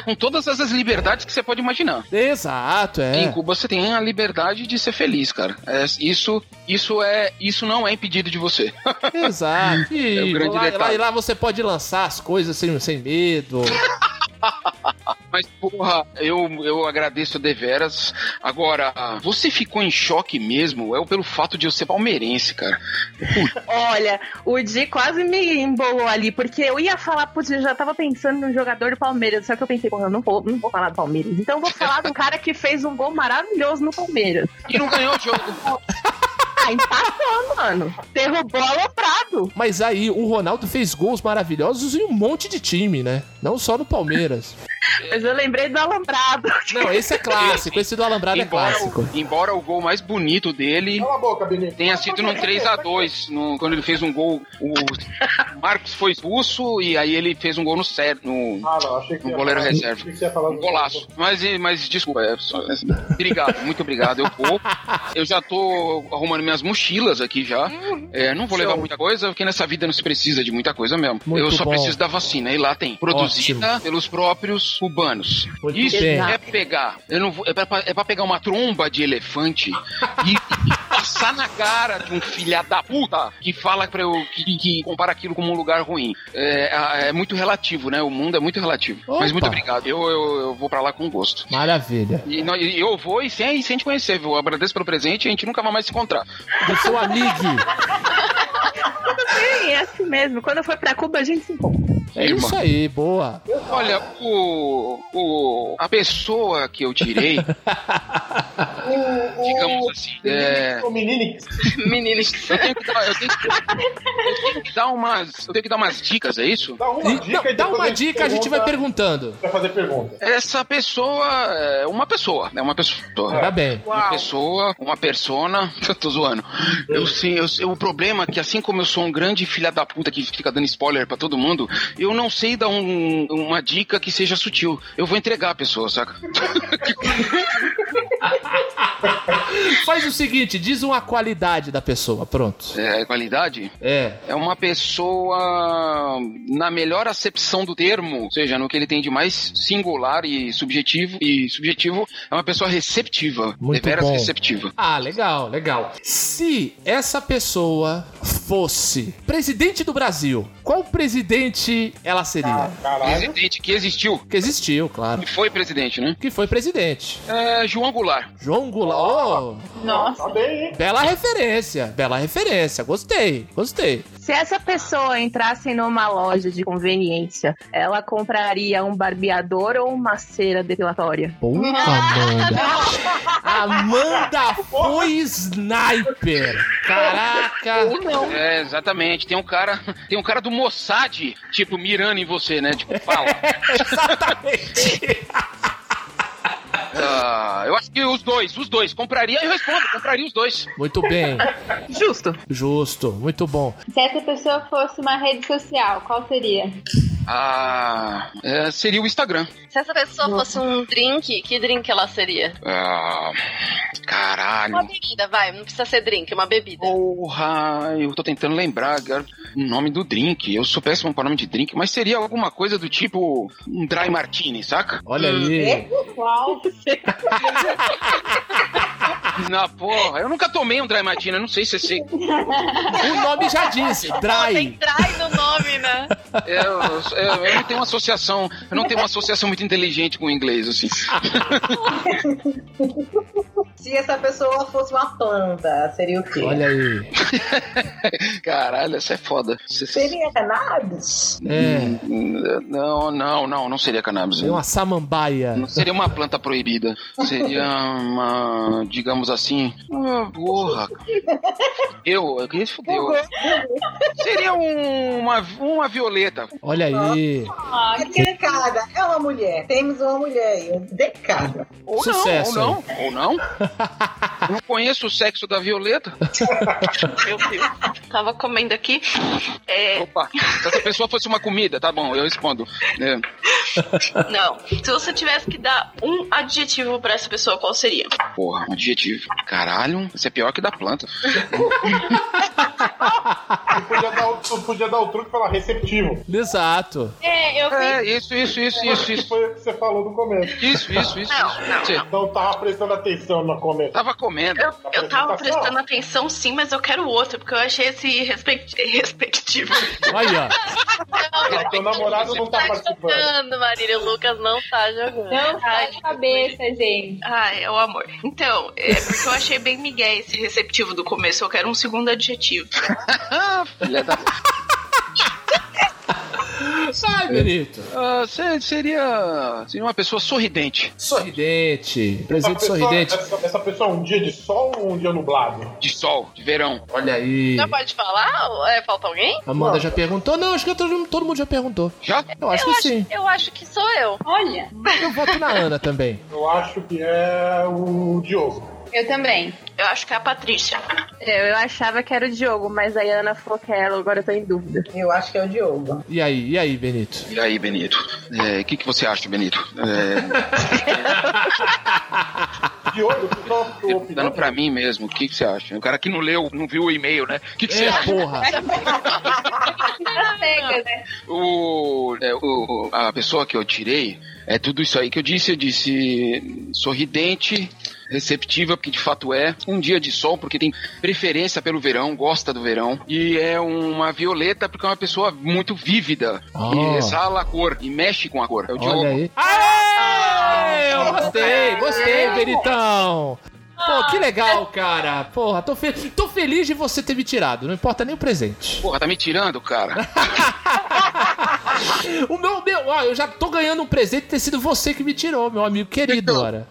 Com todas essas liberdades que você pode imaginar. Exato, Em é. Cuba você tem a liberdade de ser feliz, cara. É, isso, isso é, isso não é impedido de você. Exato. E É um grande lá, lá- detalhe. e lá você pode lançar as coisas sem, sem medo. Mas porra, eu, eu agradeço deveras. Agora, você ficou em choque mesmo? É pelo fato de eu ser palmeirense, cara. Olha, o Di quase me embolou ali, porque eu ia falar, putz, eu já tava pensando num jogador do Palmeiras, só que eu pensei, porra, eu não vou, não vou falar do Palmeiras. Então eu vou falar de um cara que fez um gol maravilhoso no Palmeiras. E não ganhou o jogo. Ah, empatou, mano. Derrubou aloprado. Mas aí, o Ronaldo fez gols maravilhosos em um monte de time, né? Não só no Palmeiras. Mas eu lembrei do alambrado. Não, esse é clássico. Esse do Alambrado é Embora, clássico. o, embora o gol mais bonito dele Cala a boca, Benito. tenha sido num 3x2, no- quando ele fez um gol, o Marcos foi expulso e aí ele fez um gol no sério, no, Ah, não, achei que Um ia goleiro falar- reserva. achei que você ia falar Um golaço. Mas, mas desculpa, é só- é só- obrigado, muito obrigado. Eu vou. Eu já tô arrumando minhas mochilas aqui já. É, não vou levar muita coisa, porque nessa vida não se precisa de muita coisa mesmo. Muito eu só bom. preciso da vacina. E lá tem. Produzida pelos próprios cubanos. Muito Isso bem. é pegar. Eu não vou, é, pra, é pra pegar uma tromba de elefante e, e passar na cara de um filha da puta que fala pra eu. que, que compara aquilo como um lugar ruim. É, é muito relativo, né? O mundo é muito relativo. Mas Opa. muito obrigado. Eu, eu, eu vou pra lá com gosto. Maravilha. E, nó- e eu vou e sem, e sem te conhecer, viu? Eu agradeço pelo presente e a gente nunca vai mais se encontrar. Do seu amigo. Sim, é assim mesmo. Quando eu for pra Cuba, a gente se encontra. É Irmã. isso aí, boa. Olha, o, o, a pessoa que eu tirei, digamos assim, é, O menino Meninas. Eu tenho que dar, eu tenho que, eu tenho que dar umas, eu tenho que dar umas dicas, é isso? dá uma E- dica não, e dá depois uma dica, a gente vai pergunta- perguntando. Vai fazer pergunta. Essa pessoa é uma pessoa, né? Uma pessoa. Tá bem. Uma pessoa, uma persona. Eu tô zoando. Eu sei, eu sei- o problema é que, assim como eu sou um grande filha da puta que fica dando spoiler pra todo mundo, eu não sei dar um- uma dica que seja sutil. Eu vou entregar a pessoa, saca? Faz o seguinte, diz uma qualidade da pessoa, pronto. É, qualidade? É. É uma pessoa na melhor acepção do termo, ou seja, no que ele tem de mais singular e subjetivo, e subjetivo é uma pessoa receptiva, Muito deveras bom. receptiva. Ah, legal, legal. Se essa pessoa fosse presidente do Brasil, qual presidente ela seria? Presidente que existiu, Que existiu, claro. que foi presidente, né? Que foi presidente. É, João Goulart. João Goulart. Tá bem, hein? Oh, bela referência, bela referência. Gostei, gostei. Se essa pessoa entrasse numa loja de conveniência, ela compraria um barbeador ou uma cera depilatória? Boa, Amanda. Amanda foi sniper. Caraca. não. É, exatamente. Tem um cara, tem um cara do Mossad, tipo, mirando em você, né? Tipo, fala. Exatamente. Ah, eu acho que os dois, os dois. Compraria, eu respondo, compraria os dois. Muito bem. Justo. Justo, muito bom. Se essa pessoa fosse uma rede social, qual seria? Ah, é, seria o Instagram. Se essa pessoa fosse um drink, que drink ela seria? Ah, Uma caralho. bebida, vai. Não precisa ser drink, uma bebida. Porra, eu tô tentando lembrar agora o nome do drink. Eu sou péssimo para nome de drink, mas seria alguma coisa do tipo um dry martini, saca? Olha aí. Qual? Na porra, eu nunca tomei um dry martini, eu não sei se é seco. O nome já disse, Dry. Tem trai no nome, né? Eu, eu- eu não tenho uma associação, eu não tenho uma associação muito inteligente com o inglês, assim. Se essa pessoa fosse uma planta, seria o quê? Olha aí. Caralho, essa é foda. Cê- Seria cannabis? É, Não, não, não, não seria cannabis. tem uma samambaia. Não seria uma planta proibida. Seria uma, digamos assim. Uma porra. Eu, eu queria se fudeu. Seria um- uma, uma violeta. Olha aí. Ah, É decada, é uma mulher. Temos uma mulher aí, Um decada. Ou Sucesso não, ou não, ou não. Eu não conheço o sexo da violeta. Meu Deus. Tava comendo aqui. É, Opa, se essa pessoa fosse uma comida, tá bom, eu respondo. É, não. Se você tivesse que dar um adjetivo pra essa pessoa, qual seria? porra, um adjetivo. Caralho, isso é pior que da planta. Tu podia dar, o- tu podia dar o truque e falar receptivo. Exato. é, eu É, isso, isso, isso, isso, Que isso. foi o que você falou no começo. Isso, isso, isso. Não, isso. não, Você Então tava prestando atenção no começo. Tá Tava comendo. Eu, eu tava prestando atenção sim, mas eu quero outro, porque eu achei esse respect... respectivo. Olha aí, ó. Ah, Teu namorado não tá Tá participando. jogando, Marília. O Lucas não tá jogando. não sai Ai, de cabeça, gente. Ai, é o amor. Então, é porque eu achei bem migué esse receptivo do começo. Eu quero um segundo adjetivo. Ah, filha da Sai, Benito. Ah, se- seria, seria uma pessoa sorridente. Sorridente. Presente pessoa, sorridente. Essa, essa pessoa é um dia de sol ou um dia nublado? De sol, de verão. Olha aí. Já pode falar? É, falta alguém? Amanda já perguntou? Não, acho que todo, todo mundo já perguntou. Já? Eu acho que sim. Eu acho que sou eu. Olha, Eu voto na Ana também. Eu acho que é o Diogo. eu também. Eu acho que é a Patrícia. Eu, eu achava que era o Diogo, mas a Ana falou que era, agora eu tô em dúvida. Eu acho que é o Diogo. E aí, e aí, Benito? E aí, Benito? É, O que, que você acha, Benito? É, Diogo, tu tá tu opinando dando pra mim mesmo, o que, que você acha? O cara que não leu, não viu o e-mail, né? O que, que você É, acha? porra. Tá cega, né? O, é, o- a pessoa que eu tirei é tudo isso aí que eu disse. Eu disse sorridente, receptiva, porque de fato é. Um dia de sol, porque tem preferência pelo verão, gosta do verão. E é uma violeta, porque é uma pessoa muito vívida. Oh. E exala a cor, e mexe com a cor. É o Diogo. Olha aí. Aê! Ah. Eu gostei, gostei, Benitão. Pô, que legal, cara. Porra, tô, fe- tô feliz de você ter me tirado. Não importa nem o presente. Porra, tá me tirando, cara. O meu, meu, ó, eu Então, já tô ganhando um presente de ter sido você que me tirou, meu amigo querido, ora.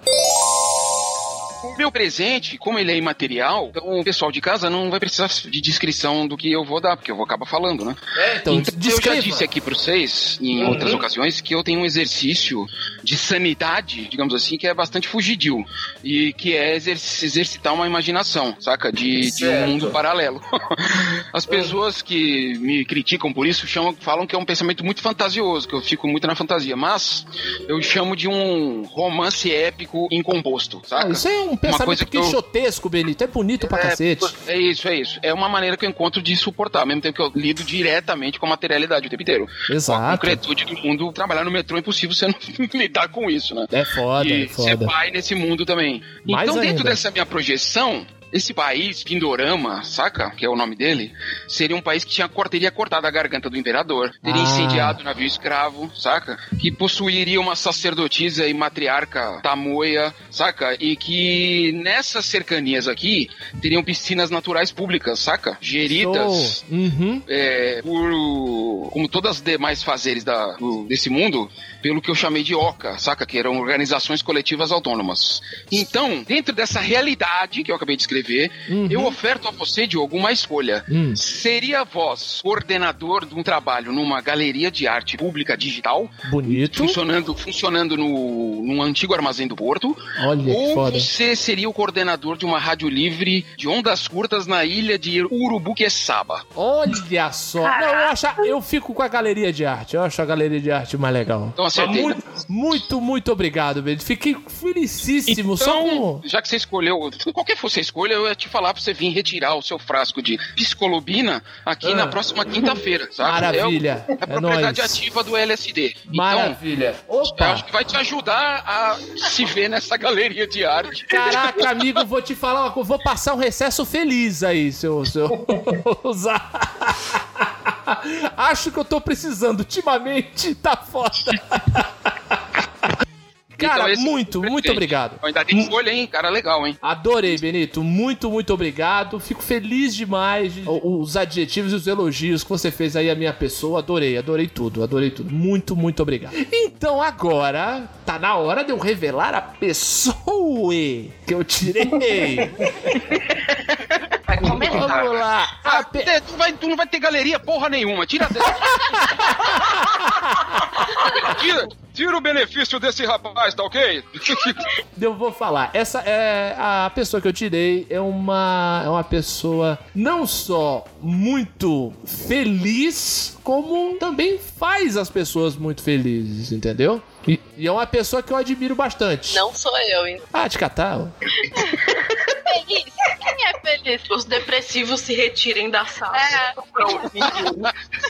Meu presente, como ele é imaterial, então o pessoal de casa não vai precisar de descrição do que eu vou dar, porque eu vou acabar falando, né? É, então, eu já descreva. disse aqui pra vocês, em Uhum. outras ocasiões, que eu tenho um exercício de sanidade, digamos assim, que é bastante fugidio. E que é exer- exercitar uma imaginação, saca? De, de um Certo. mundo paralelo. Uhum. As pessoas que me criticam por isso chamam, falam que é um pensamento muito fantasioso, que eu fico muito na fantasia. Mas eu chamo de um romance épico incomposto, saca? Ah, isso é um Uma coisa pensamento que eu- quixotesco, Benito. É bonito pra é, cacete. É isso, é isso. É uma maneira que eu encontro de suportar, ao mesmo tempo que eu lido diretamente com a materialidade o tempo inteiro. Com a Exato. concretude do mundo, trabalhar no metrô é impossível você não lidar com isso, né? É foda, e é foda. ser pai nesse mundo também. Mais então, dentro ainda. dessa minha projeção, esse país, Pindorama, saca? Que é o nome dele, seria um país que tinha, cor- teria cortado a garganta do imperador, teria Ah. incendiado o navio escravo, saca? Que possuiria uma sacerdotisa e matriarca tamoia, saca? E que nessas cercanias aqui teriam piscinas naturais públicas, saca? Geridas Show. Uhum. é, por o- como todas as demais fazeres da- do- desse mundo, pelo que eu chamei de OCA, saca? Que eram organizações coletivas autônomas. Então, dentro dessa realidade que eu acabei de escrever, eu oferto a você, Diogo, uma escolha. uhum. Hum. Seria vós coordenador de um trabalho numa galeria de arte pública digital, Bonito. funcionando, funcionando no, num antigo armazém do Porto, Olha que ou foda. você seria o coordenador de uma rádio livre de ondas curtas na ilha de é Urubuqueçaba? Olha só. Não, eu, acho, eu fico com a galeria de arte. Eu acho a galeria de arte mais legal. Então acertei. muito, muito, muito obrigado, Benito. Fiquei felicíssimo. só com... Já que você escolheu, qualquer fosse a escolha, eu ia te falar pra você vir retirar o seu frasco de psicolobina aqui Ah. na próxima quinta-feira, sabe? Maravilha. É, o- é a É propriedade nóis. ativa do LSD. Maravilha. Opa. Então, Eu acho que vai te ajudar a se ver nessa galeria de arte. Caraca, amigo, vou te falar uma coisa. Vou passar um recesso feliz aí, se eu, se eu usar. Acho que eu tô precisando. Ultimamente tá foda. Cara, esse é o muito, muito presente. obrigado. Ainda tem escolha, hein? Cara, legal, hein? Adorei, Benito. Muito, muito obrigado. Fico feliz demais. de- o- Os adjetivos e os elogios que você fez aí à minha pessoa. Adorei, adorei tudo, adorei tudo. Muito, muito obrigado. Então agora tá na hora de eu revelar a pessoa que eu tirei. Vai comentar. Vamos lá. ah, tu, vai- tu não vai ter galeria porra nenhuma. Tira dessa. tira, tira o benefício desse rapaz, tá É, ok? Eu vou falar. Essa é a pessoa que eu tirei é uma é uma pessoa não só muito feliz, como também faz as pessoas muito felizes, entendeu? E, e é uma pessoa que eu admiro bastante. Não sou eu, então. Ah, de catar. ó. Feliz. Quem é feliz? Os depressivos se retirem da sala. É.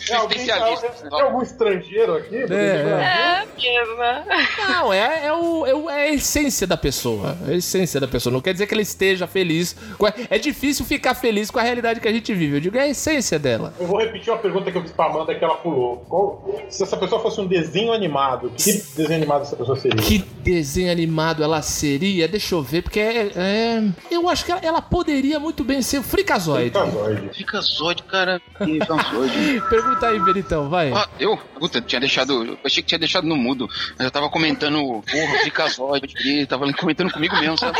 É alguém, é, é algum estrangeiro aqui? É. pena. Não, é, é, o, é, o- é a essência da pessoa. É a essência da pessoa. Não quer dizer que ela esteja feliz. com a- É difícil ficar feliz com a realidade que a gente vive. Eu digo, é a essência dela. Eu vou repetir uma pergunta que eu fiz pra Amanda que ela pulou. Qual- se essa pessoa fosse um desenho animado, que tipo desenho animado essa pessoa seria? Que desenho animado ela seria? Deixa eu ver, porque é. é- eu acho que ela, ela poderia muito bem ser o Fricazoide. Tá Fica zoide, cara. Fica zoide. Pergunta aí, Beritão, vai. Ah, eu? Puta, eu tinha deixado. Eu achei que tinha deixado no mudo. Mas eu tava comentando, porra, fica zoide. e Tava comentando comigo mesmo, sabe?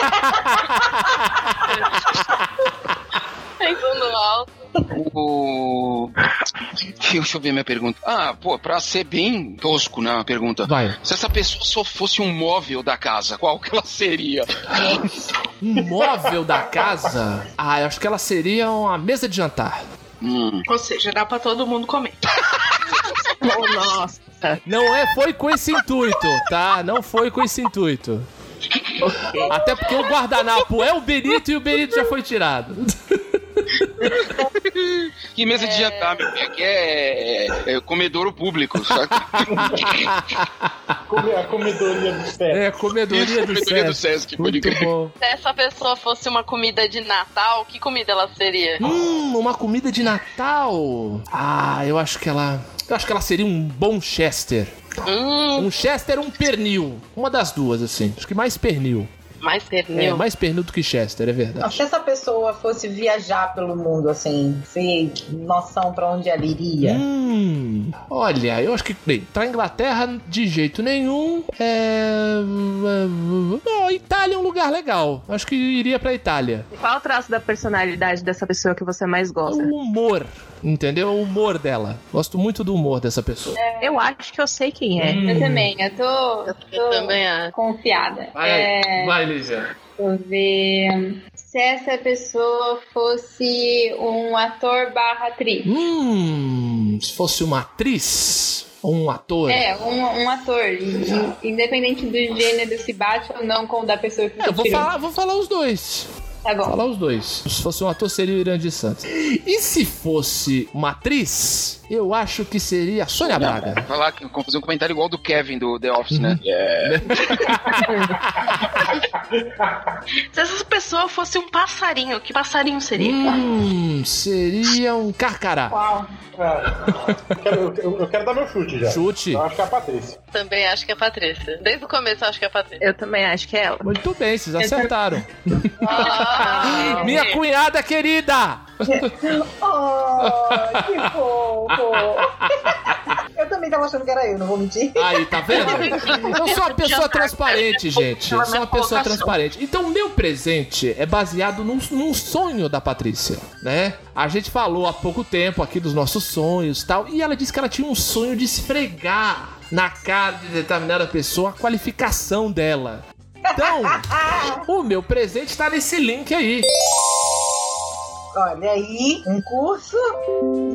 Pensando alto. O... Deixa eu ver minha pergunta. Ah, pô, pra ser bem tosco na pergunta. Vai. Se essa pessoa só fosse um móvel da casa, qual que ela seria? Um móvel da casa? Ah, eu acho que ela seria uma mesa de jantar. Hum. Ou seja, dá pra todo mundo comer. nossa. Não é, foi com esse intuito, tá? Não foi com esse intuito. Até porque o guardanapo é o Benito e o Benito já foi tirado. Que mesa de jantar, meu? Aqui é, é comedouro público, saca? Come- a comedoria do Sérgio. É, comedoria do Comedoria do Sesc. Sesc, pode Muito crer. bom. Se essa pessoa fosse uma comida de Natal, que comida ela seria? Hum, uma comida de Natal. Ah, eu acho que ela. Eu acho que ela seria um bom Chester. Hum, Um Chester ou um pernil. Uma das duas, assim. Acho que mais pernil. Mais pernil. É, mais pernil do que Chester, é verdade. Se essa pessoa fosse viajar pelo mundo, assim, sem noção pra onde ela iria. Hum, olha, eu acho que bem, pra Inglaterra de jeito nenhum. É. Não, Itália é um lugar legal. Acho que iria pra Itália. Qual o traço da personalidade dessa pessoa que você mais gosta? O humor. Entendeu? O humor dela. Gosto muito do humor dessa pessoa. É. É. Eu acho que eu sei quem é. Eu também, eu tô, tô também acho. confiada. Vai, É, vai, Lígia. deixa eu ver. Se essa pessoa fosse um ator barra atriz. Hum, se fosse uma atriz ou um ator. É, um, um ator. in- Independente do gênero, se bate ou não com o da pessoa que É, você eu vou tirou. falar, vou falar os dois. Tá bom. Falar os dois. Se fosse um ator, seria o Irandir Santos. E se fosse uma atriz, eu acho que seria a Sônia Braga. Falar, que- fazer um comentário igual do Kevin do The Office, Uhum. né? Yeah. Se essa pessoa fosse um passarinho, que passarinho seria? Hum, seria um carcará. Qual? Eu quero, eu- eu quero dar meu chute já. Chute. Eu acho que é a Patrícia. Também acho que é a Patrícia. Desde o começo eu acho que é a Patrícia. Eu também acho que é ela. Muito bem, vocês acertaram. Ah, Minha cunhada querida! Oh, que fofo! eu também tava achando que era eu, não vou mentir. Aí, tá vendo? Eu sou uma pessoa transparente, gente. Eu sou uma pessoa transparente. Então, meu presente é baseado num, num sonho da Patrícia, né? A gente falou há pouco tempo aqui dos nossos sonhos e tal, e ela disse que ela tinha um sonho de esfregar na cara de determinada pessoa a qualificação dela. Então, o meu presente tá nesse link aí. Olha aí, um curso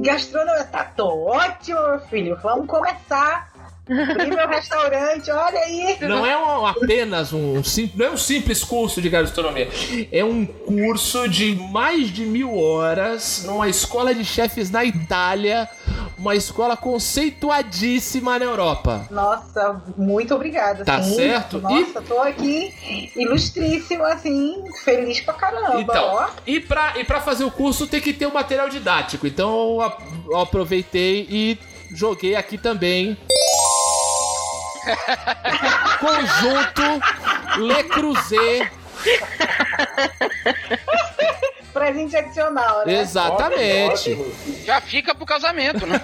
de gastronomia. Tá tô ótimo, meu filho. Vamos começar. Abrir meu restaurante, olha aí. Não é um- apenas um, sim- não é um simples curso de gastronomia. É um curso de mais de mil horas numa escola de chefes na Itália, uma escola conceituadíssima na Europa. Nossa, muito obrigada. é- Tá sim. certo. Nossa, tô aqui ilustríssimo, assim, feliz pra caramba. Então. ó. E pra, e pra fazer o curso tem que ter um material didático. Então eu a- eu aproveitei e joguei aqui também. Conjunto Le Creuset. Presente adicional, né? Exatamente. Ótimo, ótimo. Já fica pro casamento, né?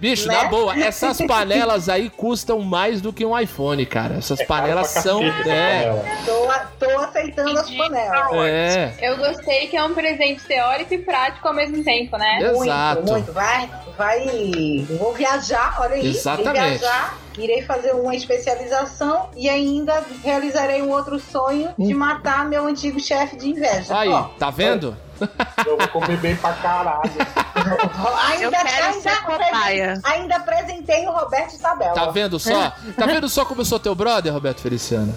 Bicho, Né? na boa, essas panelas aí custam mais do que um iPhone, cara. Essas panelas É Pra são. cacete, É, Daniela. Tô, tô aceitando as panelas. é, Eu gostei que é um presente teórico e prático ao mesmo tempo, né? Muito, exato. muito. Vai, vai. Vou viajar, olha aí. Exatamente. Irei viajar, irei fazer uma especialização e ainda realizarei um outro sonho de matar meu antigo chefe de inveja. Hum. Aí, Ó, tá vendo? Eu vou comer bem pra caralho. Eu ainda, quero ainda, ser cobaia. ainda apresentei o Roberto Isabel. Tá vendo só? Tá vendo só como eu sou teu brother, Roberto Feliciano?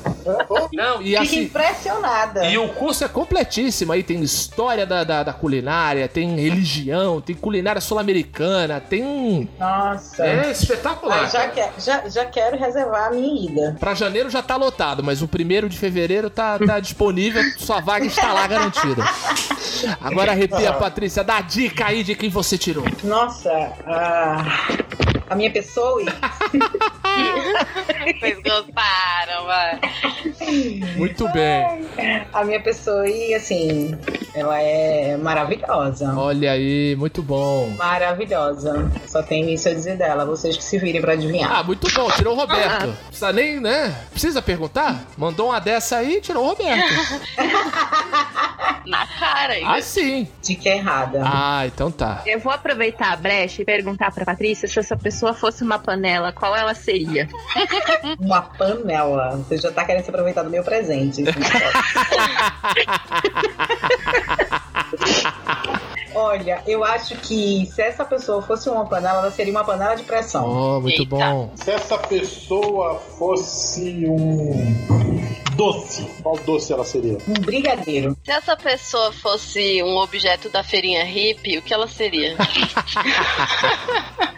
Não, e Fico assim. impressionada. E o curso é completíssimo. Aí tem história da, da, da culinária, tem religião, tem culinária sul-americana, tem. um, Nossa. É Ah, espetacular. já, que- já- já quero reservar a minha ida. Pra janeiro já tá lotado, mas o primeiro de fevereiro tá, tá disponível, sua vaga está lá garantida. Agora arrepia, Patrícia, dá a dica aí de quem você tirou. Nossa, a, a minha pessoa. e- vocês gostaram, vai. Muito bem. A minha pessoa, e assim, ela é maravilhosa. Olha aí, muito bom. Maravilhosa. Só tenho isso a dizer dela. Vocês que se virem pra adivinhar. Ah, muito bom, tirou o Roberto. Precisa nem, né? Precisa perguntar? Mandou uma dessa aí, tirou o Roberto. Na cara aí. Ah, sim. Dica é errada. Ah, então tá. Eu vou aproveitar a brecha e perguntar pra Patrícia se essa pessoa fosse uma panela, qual ela seria? Uma panela. Você já tá querendo se aproveitar do meu presente. Olha, eu acho que se essa pessoa fosse uma panela, ela seria uma panela de pressão. Oh, muito Eita. bom. Se essa pessoa fosse um doce, qual doce ela seria? Um brigadeiro. Se essa pessoa fosse um objeto da feirinha hippie, o que ela seria?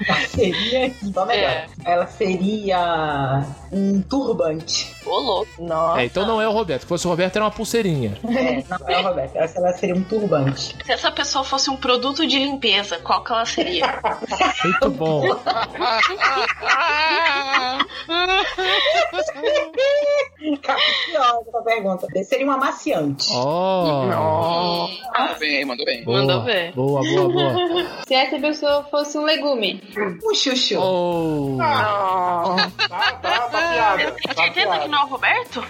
Ela seria. Só melhor. É. Ela seria um turbante. Ô, louco. É, Nossa. tá. então não é o Roberto. Se fosse o Roberto, era uma pulseirinha. É, não é, Roberto. Essa ela seria um turbante. Se essa pessoa fosse um produto de limpeza, qual que ela seria? Muito bom. Ah. Um Capciosa essa pergunta. Seria um amaciante. Oh. Mandou bem, mandou bem. Boa, Mandou ver. Boa, boa, boa. Se essa pessoa fosse um legume. Um chuchu. Oh. Ah. Tá, tá, tá piada. Tem Tá certeza que piada. não é o Roberto?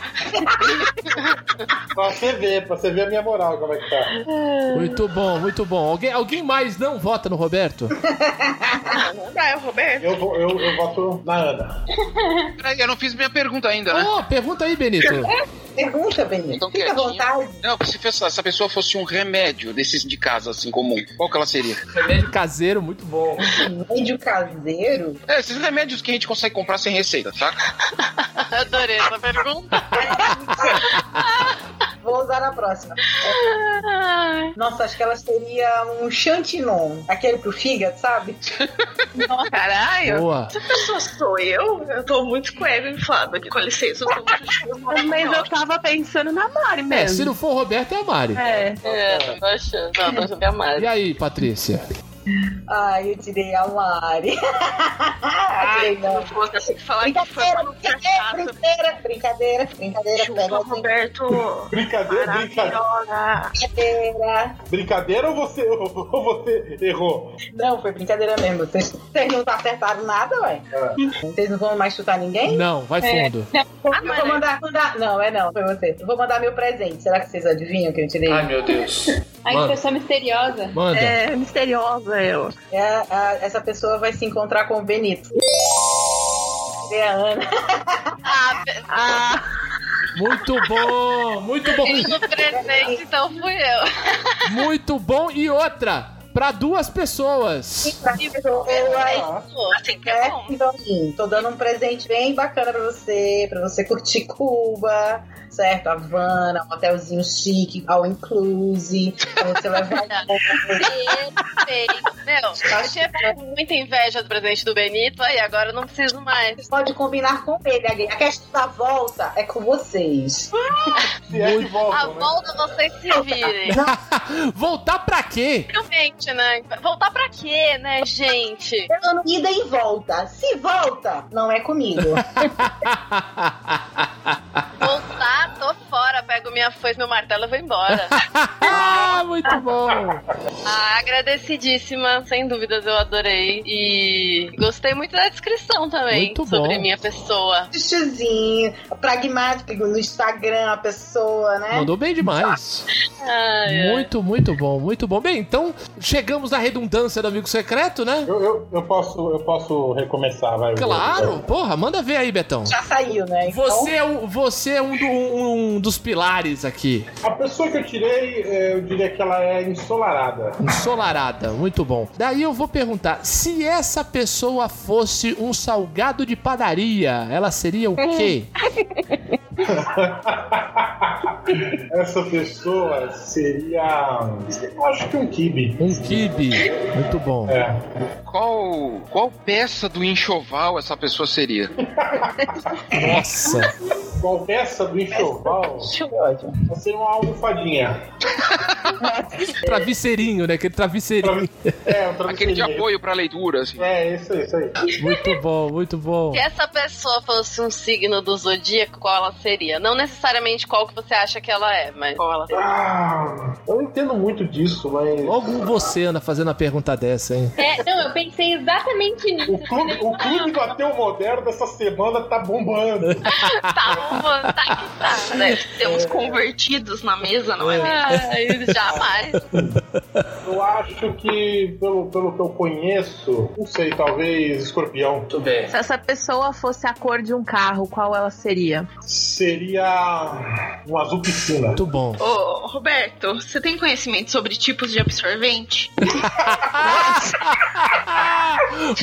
Pra você ver, pra você ver a minha moral como é que tá. Muito bom, muito bom. Alguém, alguém mais não vota no Roberto? Ah, é o Roberto. Eu, vou, eu, eu voto na Ana. Peraí, eu não fiz minha pergunta ainda, né? Oh, pergunta aí, Benito. Pergunta, Benito. Então, Fica à quietinho. vontade. Não, se fosse- se a pessoa fosse um remédio desses de casa, assim, comum, qual que ela seria? Remédio caseiro, muito bom. Remédio caseiro. É, esses remédios que a gente consegue comprar sem receita, tá? saca? Adorei essa pergunta. Vou usar na próxima. Ah. Ai, Nossa, acho que elas teria um chantinon. Aquele pro fígado, sabe? Caralho. É, Boa. Essa pessoa sou eu? Eu tô muito com ego inflado aqui. Com licença, eu tô muito chuchu. Mas eu tava pensando na Mari É, se mesmo. não for o Roberto, é a Mari. É, é, não tô achando. Não, tô achando que é mais. E aí, Patrícia? Ai, eu tirei a Mari. Ai, Tirei não. se fosse que assim falar que foi Brincadeira, uma coisa brincadeira, chata. brincadeira, brincadeira, brincadeira, pega Chupa, a Roberto. Brincadeira, brincadeira. Maravilhosa. brincadeira. Brincadeira ou você, ou você errou? Não, foi brincadeira mesmo. Vocês vocês não acertaram nada, ué. Vocês não vão mais chutar ninguém? Não, vai É. fundo. Ah, Eu vou não, mandar, mandar. Não, é não, foi você. Eu vou mandar meu presente. Será que vocês adivinham que eu tirei? meu Deus. Ai, Mano. que pessoa misteriosa. Manda. é misteriosa eu. É, a- essa pessoa vai se encontrar com o Benito. Tirei a Ana. Ah, Muito bom, muito bom, O presente, então fui eu. muito bom. E outra, pra duas pessoas. Eu- assim que é É, bom. então assim, tô dando um presente bem bacana pra você, pra você curtir Cuba, certo? Havana, um hotelzinho chique, all inclusive, pra você levar Perfeito. Meu, eu tinha muita inveja do presente do Benito, aí agora eu não preciso mais. Pode combinar com ele, Aguinaldo. a questão da volta é com vocês. Se é que A Ah, volta, né? volta vocês se virem. Voltar pra quê? Realmente, né? Voltar pra quê, né, gente? Eu não ida e volta. Se volta, não é comigo. Voltar, tô fora. Pego minha foice, meu martelo e vou embora. Ah, muito bom. Ah, agradecidíssima, sem dúvidas eu adorei. E gostei muito da descrição também Muito sobre bom. minha pessoa. Chuchuzinho, pragmático no Instagram, a pessoa, né? Mandou bem demais. É? Ai, ai. Muito, muito bom, muito bom. Bem, então chegamos à redundância do amigo secreto, né? Eu, eu, eu, posso, eu posso recomeçar, vai. Claro, porra, manda ver aí, Betão. Já saiu, né? Então, Você é, um, você é um, do- um- um dos pilares aqui. A pessoa que eu tirei, eh, eu diria que ela é ensolarada. Ensolarada, muito bom. Daí eu vou perguntar: se essa pessoa fosse um salgado de padaria, ela seria o quê? Essa pessoa seria. Acho que um kibe. Um kibe. Muito bom. É. Qual, qual peça do enxoval essa pessoa seria? Nossa. Qual peça do enxoval? Vai ser uma almofadinha. Travesseirinho, né? Aquele travesseirinho. É, um Aquele de travesseirinho. apoio pra leitura, assim. É, isso aí, isso aí. Muito bom, muito bom. Se essa pessoa fosse um signo do zodíaco, qual ela seria? Não necessariamente qual que você acha que ela é, mas qual ela Ah, eu não entendo muito disso, mas. Logo você, Ana, fazendo a pergunta dessa, hein? É, não, eu pensei exatamente nisso. O clube, o clube do ateu moderno dessa semana tá bombando. tá, bom, tá que tá, né? Temos convertidos na mesa, não é mesmo? Ai, jamais. Eu acho que, pelo, pelo que eu conheço, não sei, talvez escorpião Muito bem. se essa pessoa fosse a cor de um carro, qual ela seria? seria um azul piscina. Muito bom. Ô, Roberto, você tem conhecimento sobre tipos de absorvente?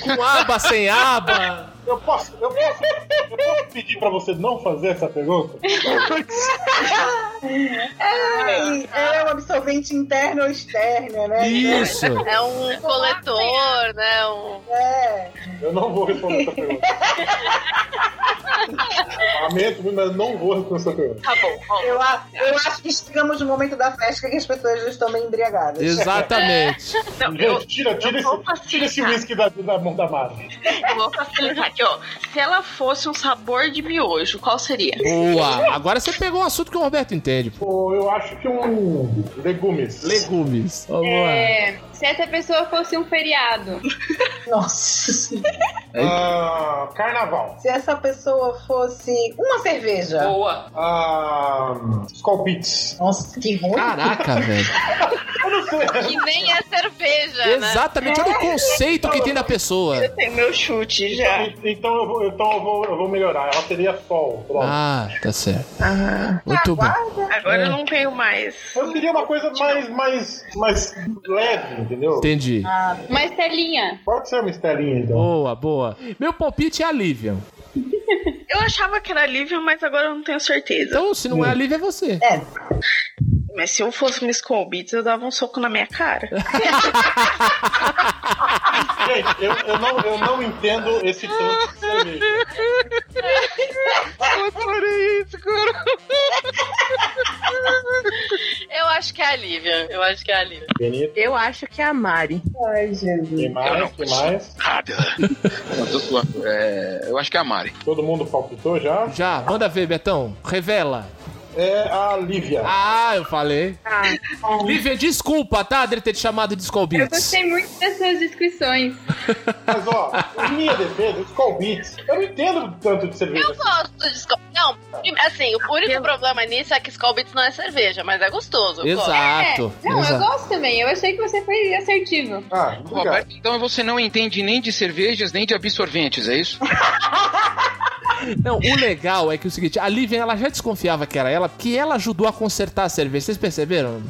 Com aba, sem aba. Eu posso, eu posso, eu posso pedir pra você não fazer essa pergunta? Ai, ela é um absorvente interno ou externo, né? Isso. É um coletor, né? Um... É. Eu não vou responder essa pergunta. Lamento, mas eu não vou responder essa pergunta. Tá bom, ó. Eu, a- eu acho que chegamos no momento da festa que as pessoas já estão bem embriagadas. Exatamente. Não, eu, Gente, tira, tira, eu vou esse, tira esse facilitar. whisky da, da mão da Mari. Eu vou facilitar. Aqui, ó. Se ela fosse um sabor de miojo, qual seria? Boa! Agora você pegou um assunto que o Roberto entende. pô. Pô, eu acho que um. Legumes. Legumes. Vamos lá. É, se essa pessoa fosse um feriado. Nossa Senhora. Ah, carnaval. Se essa pessoa fosse uma cerveja. Boa. Ah, Skull Beats. Nossa, que ruim. Caraca, velho. Que nem a cerveja, né? Exatamente, olha o conceito que tem da pessoa. Eu tenho meu chute já. E- Então, eu vou, então eu, vou, eu vou melhorar. Ela seria sol. pronto. Ah, tá certo. Muito bom. Agora eu não tenho mais. Eu queria uma coisa mais, mais, mais leve, entendeu? Entendi. Uma estelinha. Pode ser uma estelinha, então. Boa, boa. Meu palpite é a Lívia. Eu achava que era Lívia, mas agora eu não tenho certeza. Então, se não é a Lívia, é você. É, Mas se eu fosse Miss Skull Beats, eu dava um soco na minha cara. Gente, eu, eu, não, eu não entendo esse tanto de cerveja. Eu acho que é a Lívia. Eu acho que é a Lívia. Benito, Eu acho que é a Mari. ai, Jesus. que Eu não mais, que mais? Nada. Eu tô suando. É, eu acho que é a Mari. Todo mundo palpitou já? Já, manda ver, Betão. Revela. É a Lívia. Ah, eu falei. Lívia, desculpa, tá? Dele ter te chamado de Skull Eu Beats. gostei muito das suas descrições. Mas, ó, em minha defesa, Skull Beats, eu não entendo tanto de cerveja. Eu gosto de Skol. Não, assim, o único problema nisso é que Skol Beats não é cerveja, mas é gostoso. eu gosto. Exato. É, não, eu exato. gosto também. Eu achei que você foi assertivo. Ah, obrigado. Roberto, então você não entende nem de cervejas, nem de absorventes, é isso? Não, o legal é que é o seguinte, a Lívia, ela já desconfiava que era ela, porque ela ajudou a consertar a cerveja. Vocês perceberam?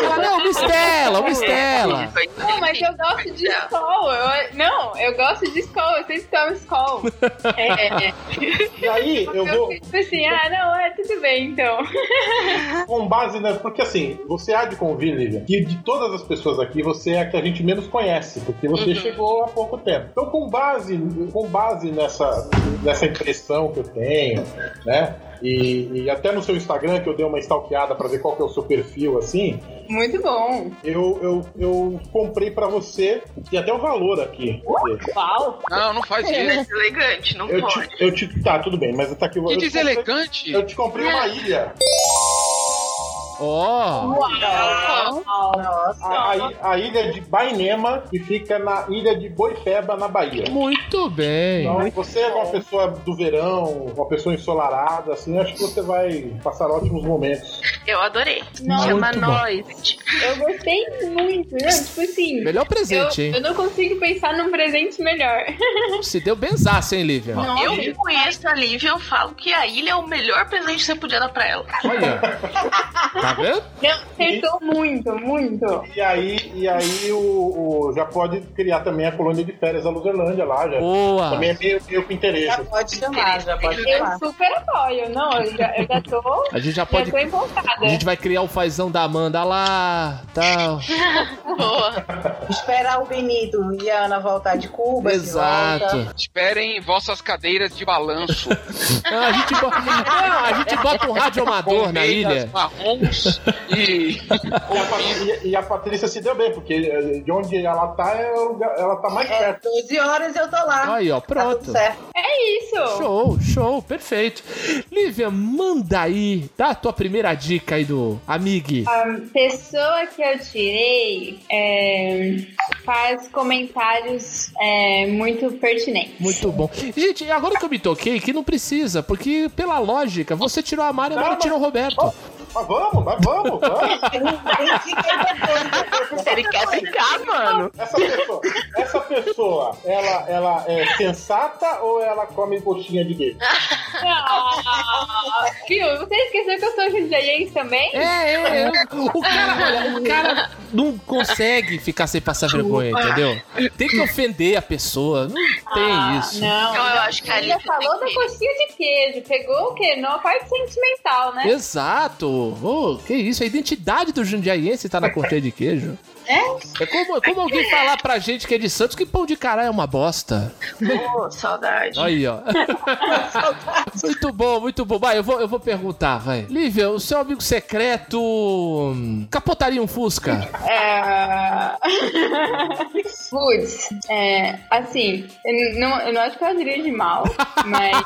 Ela, não, uma Estela, uma Estela. Não, mas eu gosto de Skol. Eu- não, eu gosto de Skol. Eu sempre tomo Skol. É, é. E aí, eu Eu vou, fico assim, ah, não, é, tudo bem, então. com base na... Porque, assim, você há de convir, Lívia, que de todas as pessoas aqui, você é a que a gente menos conhece, porque você chegou há pouco tempo. Então, com base, com base nessa, nessa impressão que eu tenho, né? E, e até no seu Instagram, que eu dei uma stalkeada pra ver qual que é o seu perfil, assim, Muito bom. eu, eu, eu comprei pra você, e até o valor aqui. Uau. Não, não É. faz isso. é Elegante, não Eu pode. te, eu te. Tá, tudo bem, mas tá aqui o Que eu te comprei- deselegante. Eu te comprei uma ilha. Ó, Nossa. A, a- a ilha de Bainema, que fica na ilha de Boipeba, na Bahia. muito bem. Então, você é uma pessoa do verão, uma pessoa ensolarada, assim, acho que você vai passar ótimos momentos. Eu adorei. Chama Muito bom. nós. Eu gostei muito. Não, tipo assim. Melhor Eu, presente, hein? eu não consigo pensar num presente melhor. Se deu benzaço, hein, Lívia? eu que conheço a Lívia, eu falo que a ilha é o melhor presente que você podia dar pra ela. Olha. Tá vendo? Não, acertou muito, muito. E aí, e aí o, o- já pode criar também a colônia de férias da Luzerlândia lá, já. Boa. Também é meio, meio que Já interesse. pode chamar, já pode Eu chamar. super apoio. Não, eu já, eu já tô. A gente já Já pode. tô empolgada. A gente vai criar o fazão da Amanda lá, tal. Boa. Esperar o Benito e a Ana voltar de Cuba. se volta. tá. Exato. Esperem vossas cadeiras de balanço. Não, a, gente bota, não, a gente bota um rádio amador na Colmeias ilha. marrons e E a, Pat- e- e a Patrícia se deu bem, porque eh, de onde ela tá, é o lugar- ela tá mais É, perto. 12 horas eu tô lá. Aí, ó, Tá pronto. tudo certo. É isso. Show, show, perfeito. Lívia, manda aí, dá a tua primeira dica aí do Amig. Pessoa que eu tirei é, faz comentários é, muito pertinentes. Muito bom. Gente, e agora que eu me toquei, que não precisa, porque pela lógica, você tirou a Mari, a Mari tirou o Roberto. Mas vamos, mas vamos, vamos. Tem dica aí depois. Ele quer Então, ficar, mano. Essa pessoa, essa pessoa, ela, ela é sensata ou ela come coxinha de gay? Ah, viu? Você esqueceu que eu sou judiaiense também? É, é, é. O cara, olha, o cara não consegue ficar sem passar vergonha, entendeu? Tem que ofender a pessoa. Não tem isso. Não. Então eu acho que a Ainda Lívia. falou da coxinha de queijo, pegou o quê? Não, a parte sentimental, né? Exato! Ô, que isso, a identidade do jundiaiense tá na corteira de queijo. É? É como, é como alguém falar pra gente que é de Santos que pão de caralho é uma bosta. Pô, saudade. Aí, ó. Muito bom, muito bom. Vai, eu vou, eu vou perguntar, vai. Lívia, o seu amigo secreto hum, capotaria um Fusca? É... Putz, é, assim, eu não, eu não acho que ela dirige mal, mas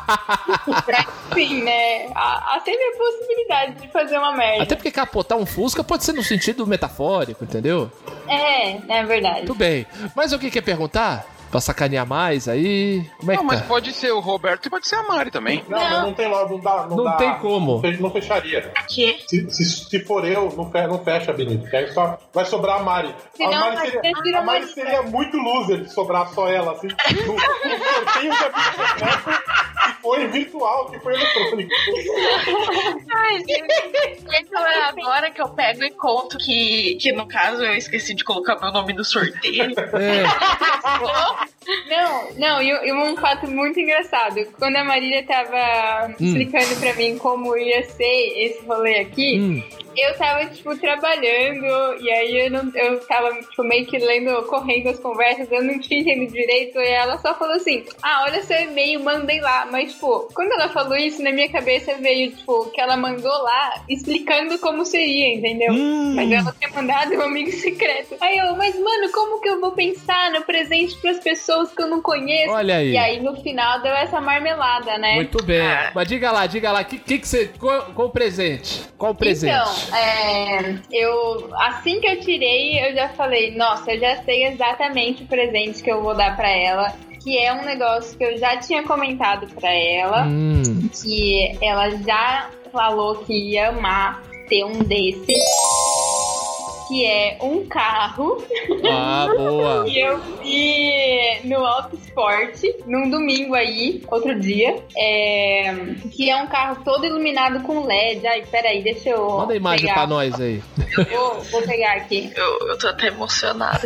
pra- sim, né? Há, há sempre a possibilidade de fazer uma merda. Até porque capotar um Fusca pode ser no sentido metafórico, entendeu? É, é verdade. Muito bem. Mas alguém quer perguntar? Pra sacanear mais aí? Como é Não, que mas tá? pode ser o Roberto e pode ser a Mari também. Não, não, não tem logo, não dá. Não, Não dá- tem como. não fe- Não fecharia. Que? Se, se, se for eu, não fecha, não fecha Benito. que Aí só vai sobrar a Mari. Se não, a Mari mas seria, você vira a Mari uma seria muito loser se sobrar só ela, assim. No, no sorteio da biblioteca que foi né? virtual, que foi eletrônico. Ai, gente, então é agora que eu pego e conto que, que no caso eu esqueci de colocar meu nome no sorteio. É, Não, não, e, e um fato muito engraçado. Quando a Marília tava explicando pra mim como ia ser esse rolê aqui, hum. eu tava, tipo, trabalhando, e aí eu, não, eu tava, tipo, meio que lendo, correndo as conversas, eu não tinha entendido direito, e ela só falou assim, ah, olha seu e-mail, mandei lá. Mas, tipo, quando ela falou isso, na minha cabeça veio, tipo, que ela mandou lá, explicando como seria, entendeu? Hum. Mas ela tinha mandado um amigo secreto. Aí eu, mas, mano, como que eu vou pensar no presente pras pessoas que eu não conheço? Olha aí. E aí, no final, deu essa marmelada, né? Muito bem. Mas diga lá, diga lá, que, que, que você. Qual, qual o presente? Qual o presente? Então, é, eu assim que eu tirei, eu já falei, nossa, eu já sei exatamente o presente que eu vou dar pra ela, que é um negócio que eu já tinha comentado pra ela, Hum. que ela já falou que ia amar ter um desse, que é um carro. Ah, boa. E eu vi no Auto Esporte, num domingo aí, outro dia, é, que é um carro todo iluminado com LED. Ai, peraí, deixa eu. Manda a imagem pegar. pra nós aí. Vou, vou pegar aqui. Eu, eu tô até emocionada.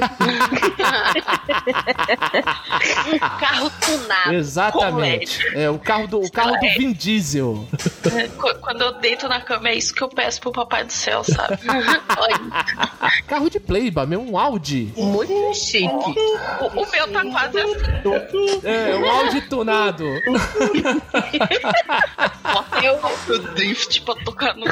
Carro tunado. Exatamente. É, o carro do, o carro do Vin Diesel. Qu- Quando eu deito na cama, é isso que eu peço pro Papai do Céu, sabe? Olha, Carro de Playba, meu, um Audi. Muito chique. o, o meu tá quase assim. É, um Audi tunado. Eu, Tipo, eu drift pra tocar no.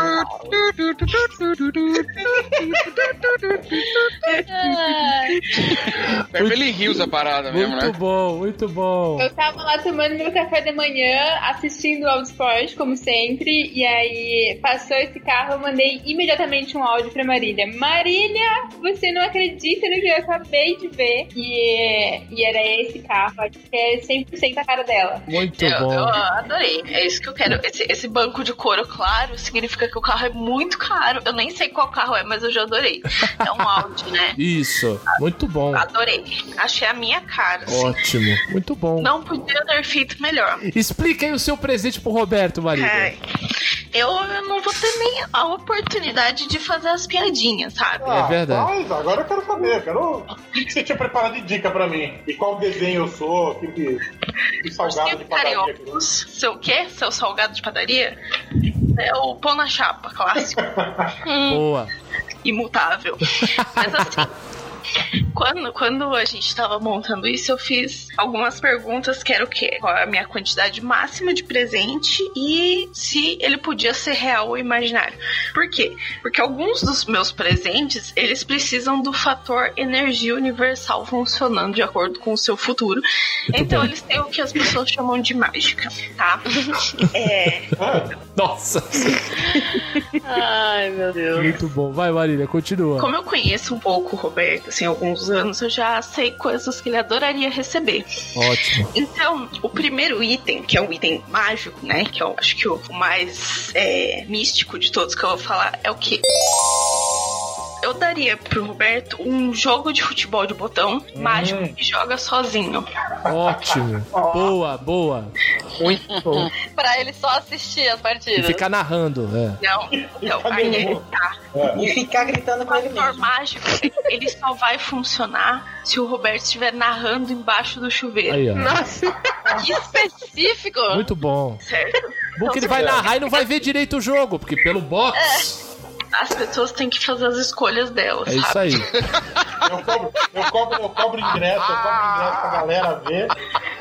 Ah, Beverly Hills a Tá parada mesmo, né? Muito bom, muito bom. Eu tava lá tomando meu café da manhã, assistindo o Auto Esporte, como sempre, e aí passou esse carro, eu mandei imediatamente um áudio pra Marília. Marília, você não acredita no que eu acabei de ver. E, e era esse carro, acho que é 100% a cara dela. Muito Eu, eu bom. adorei. É isso que eu quero. Esse, esse banco de couro claro significa que o carro é muito caro. Eu nem sei qual carro é, mas eu já adorei. É um Audi, né? Isso, muito bom. Adorei. Achei a minha cara. assim. Ótimo, muito bom. Não podia ter feito melhor. Explica aí o seu presente pro Roberto, Marília. Ai, eu não vou ter nem a oportunidade de fazer as piadinhas, sabe? É verdade. Mas Ah, agora eu quero saber, eu quero. O que que você tinha preparado de dica pra mim? E qual desenho eu sou? Que, que, que salgado de Seu padaria que eu cariocos, seu quê? Seu salgado de padaria? É o pão na chapa, clássico. Boa. imutável. Mas assim. Quando, quando a gente tava montando isso, eu fiz algumas perguntas que era o quê? Qual é a minha quantidade máxima de presente e se ele podia ser real ou imaginário. Por quê? Porque alguns dos meus presentes, eles precisam do fator energia universal funcionando de acordo com o seu futuro. Então eles têm o que as pessoas chamam de mágica, tá? É, Nossa, Ai, meu Deus. muito bom. Vai, Marília, continua. Como eu conheço um pouco o Roberto, assim, há alguns anos, eu já sei coisas que ele adoraria receber. Ótimo. Então, o primeiro item, que é um item mágico, né? Que eu acho que o mais é, místico de todos que eu vou falar, é o que? Eu daria pro Roberto um jogo de futebol de botão mágico que joga sozinho. Ótimo. Boa, boa. Muito bom. Pra ele só assistir as E partidas. ficar narrando. É. Não, não, aí é que tá. E ficar gritando O com ele fator mesmo. mágico, ele só vai funcionar se o Roberto estiver narrando embaixo do chuveiro. Aí, ó. Que específico. Muito bom. Certo? Bom que ele vai narrar e não vai ver direito o jogo, porque pelo box. As pessoas têm que fazer as escolhas delas, É sabe? isso aí. Eu cobro, eu cobro, eu cobro ingresso, eu cobro ingresso pra galera ver.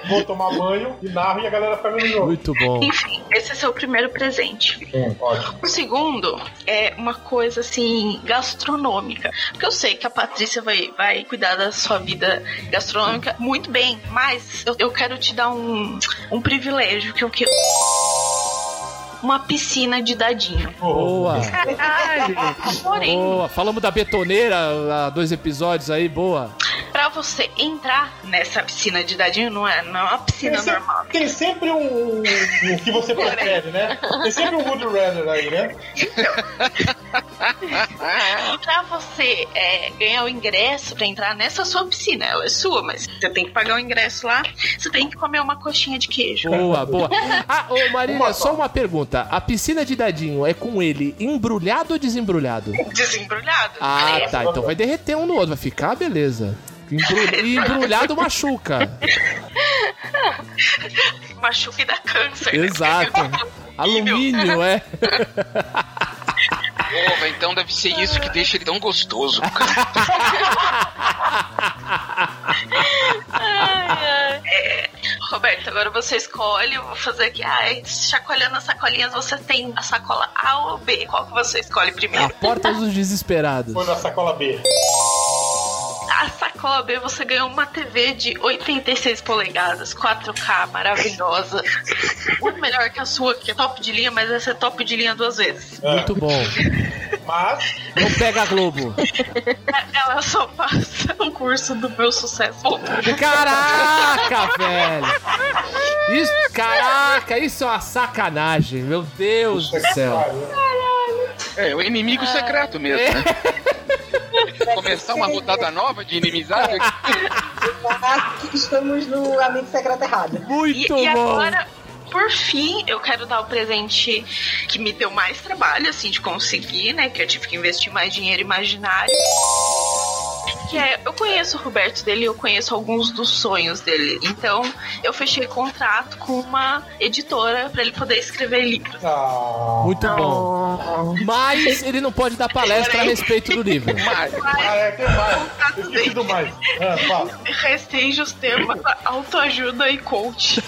vou tomar banho e narro e a galera fica vendo o jogo. Muito bom. Enfim, esse é seu primeiro presente. Hum, ótimo. O segundo é uma coisa assim gastronômica. Porque eu sei que a Patrícia vai, vai cuidar da sua vida gastronômica muito bem, mas eu, eu quero te dar um, um privilégio que eu quero. Uma piscina de dadinho. Boa. Porém, Boa. Falamos da betoneira há dois episódios aí, boa. pra você entrar nessa piscina de dadinho, não é, não é uma Tem, piscina se- normal. tem sempre um, um que você prefere, né? Tem sempre um Wood Runner aí, né? E pra você é, ganhar o ingresso pra entrar nessa sua piscina, ela é sua, mas você tem que pagar o ingresso lá, você tem que comer uma coxinha de queijo. Boa, boa. Ah, ô Marília, Uma só uma pergunta. A piscina de dadinho é com ele embrulhado ou desembrulhado? Desembrulhado. Ah, É, tá. Então vai derreter um no outro, vai ficar, beleza. Embru- E embrulhado machuca. Machuca e dá câncer. Exato. Alumínio, é. Porra, então deve ser isso que deixa ele tão gostoso. Ai, ai. É, Roberto, agora você escolhe, eu vou fazer aqui. Ah, é, chacoalhando as sacolinhas, você tem a sacola A ou B? Qual que você escolhe A primeiro? porta dos desesperados. Foi na sacola B. A sacola B você ganhou uma TV de 86 polegadas, 4K, maravilhosa. Muito melhor que a sua, que é top de linha, mas essa é top de linha duas vezes. É. Muito bom. Mas, Não pega a Globo. Ela só passa o curso do meu sucesso. Bom, Caraca, velho. Isso, caraca, isso é uma sacanagem. Meu Deus do céu. né? É, o inimigo secreto mesmo, né? Começar uma rodada nova de inimizade. Aqui estamos no amigo secreto errado. e, Muito e bom. agora, por fim, eu quero dar o presente que me deu mais trabalho, assim, de conseguir, né? Que eu tive que investir mais dinheiro imaginário. Que é, eu conheço o Roberto dele, eu conheço alguns dos sonhos dele. Então, eu fechei contrato com uma editora pra ele poder escrever livros. Ah, Muito bom. Mas ele não pode dar palestra a respeito do livro. ah, é, tem mais. Contrato Esqueci do dele. mais. Ah, fala. Tá Restringe os temas a autoajuda e coach.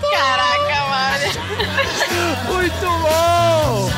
Caraca, mano. Muito bom!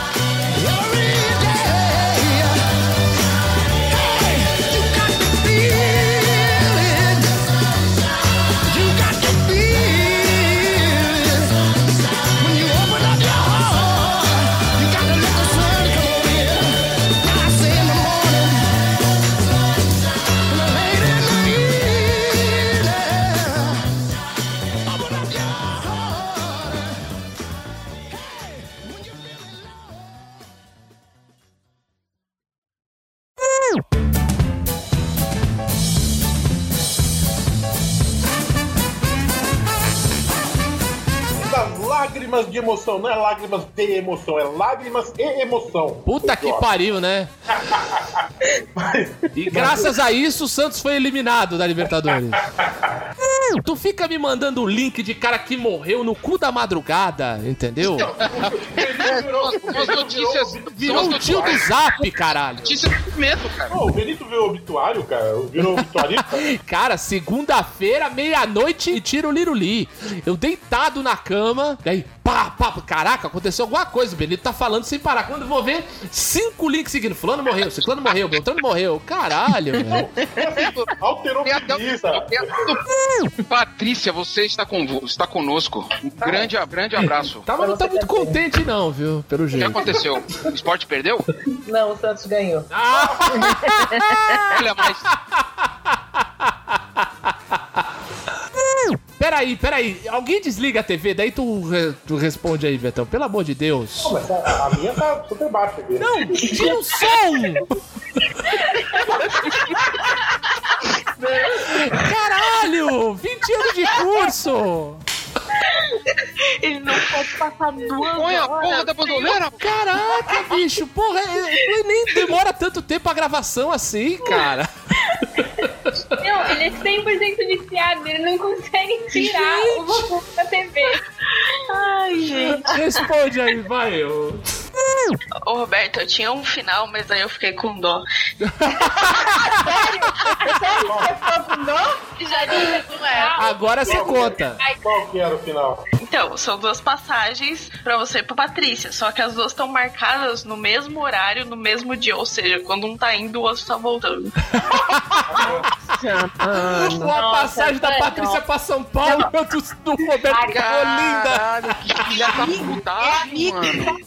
Das lágrimas de emoção, não é lágrimas de emoção, é lágrimas e emoção. Puta que pariu, né? E graças a isso, o Santos foi eliminado da Libertadores. Tu fica me mandando o link de cara que morreu no cu da madrugada, entendeu? As notícias. Virou o tio do zap, caralho. Notícias do medo, cara. Pô, o Benito viu o obituário, cara. Virou obituarista. Cara, segunda-feira, meia-noite e tiro liruli. Eu deitado na cama, daí pá, pá, caraca, aconteceu alguma coisa. O Benito tá falando sem parar. Quando eu vou ver, cinco links seguindo. Fulano morreu, ciclano morreu, Beltrano morreu. Caralho, velho. Alterou Tem até o- preguiça. tem até o- Patrícia, você está, convo- está conosco. Um grande, grande abraço. Tá, mas não tá muito contente, não, viu? Pelo O que jeito. aconteceu? O esporte perdeu? Não, o Santos ganhou. Olha, mas Peraí, peraí. Alguém desliga a TV, daí tu, re- tu responde aí, Betão. Pelo amor de Deus. Mas a, a minha tá super baixa aqui. Não, tira o som! Caralho! 20 anos de curso! Ele não pode passar duas põe a horas. porra da bandoleira. Caraca, bicho, porra, é- é- nem demora tanto tempo a gravação assim, cara. Não, ele é 100% viciado, ele não consegue tirar o bagulho da TV. Ai, gente. Responde aí, vai. Eu. Ô, Roberto, eu tinha um final, mas aí eu fiquei com dó. Já disse, Agora você conta. Qual que era o final? Então, são duas passagens pra você e pra Patrícia. Só que as duas estão marcadas no mesmo horário, no mesmo dia. Ou seja, quando um tá indo, o outro tá voltando. Uma passagem da Patrícia pra São Paulo e outro do Roberto Olinda. Caralho, que filha da puta, mano.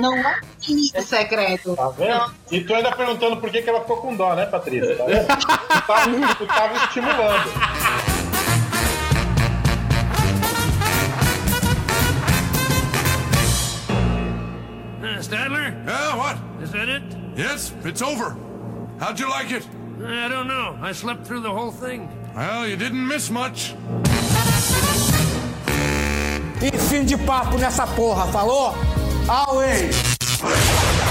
Não é isso, secreto. Tá vendo? E tu ainda perguntando por que, que ela ficou com dó, né, Patrícia? Tá vendo? Tu tava, tu tava estimulando. Stadler, Yeah, what? is that it? Yes, it's over. How'd you like it? I don't know. I slept through the whole thing. Well, you didn't miss much. E fim de papo nessa porra, falou? Away!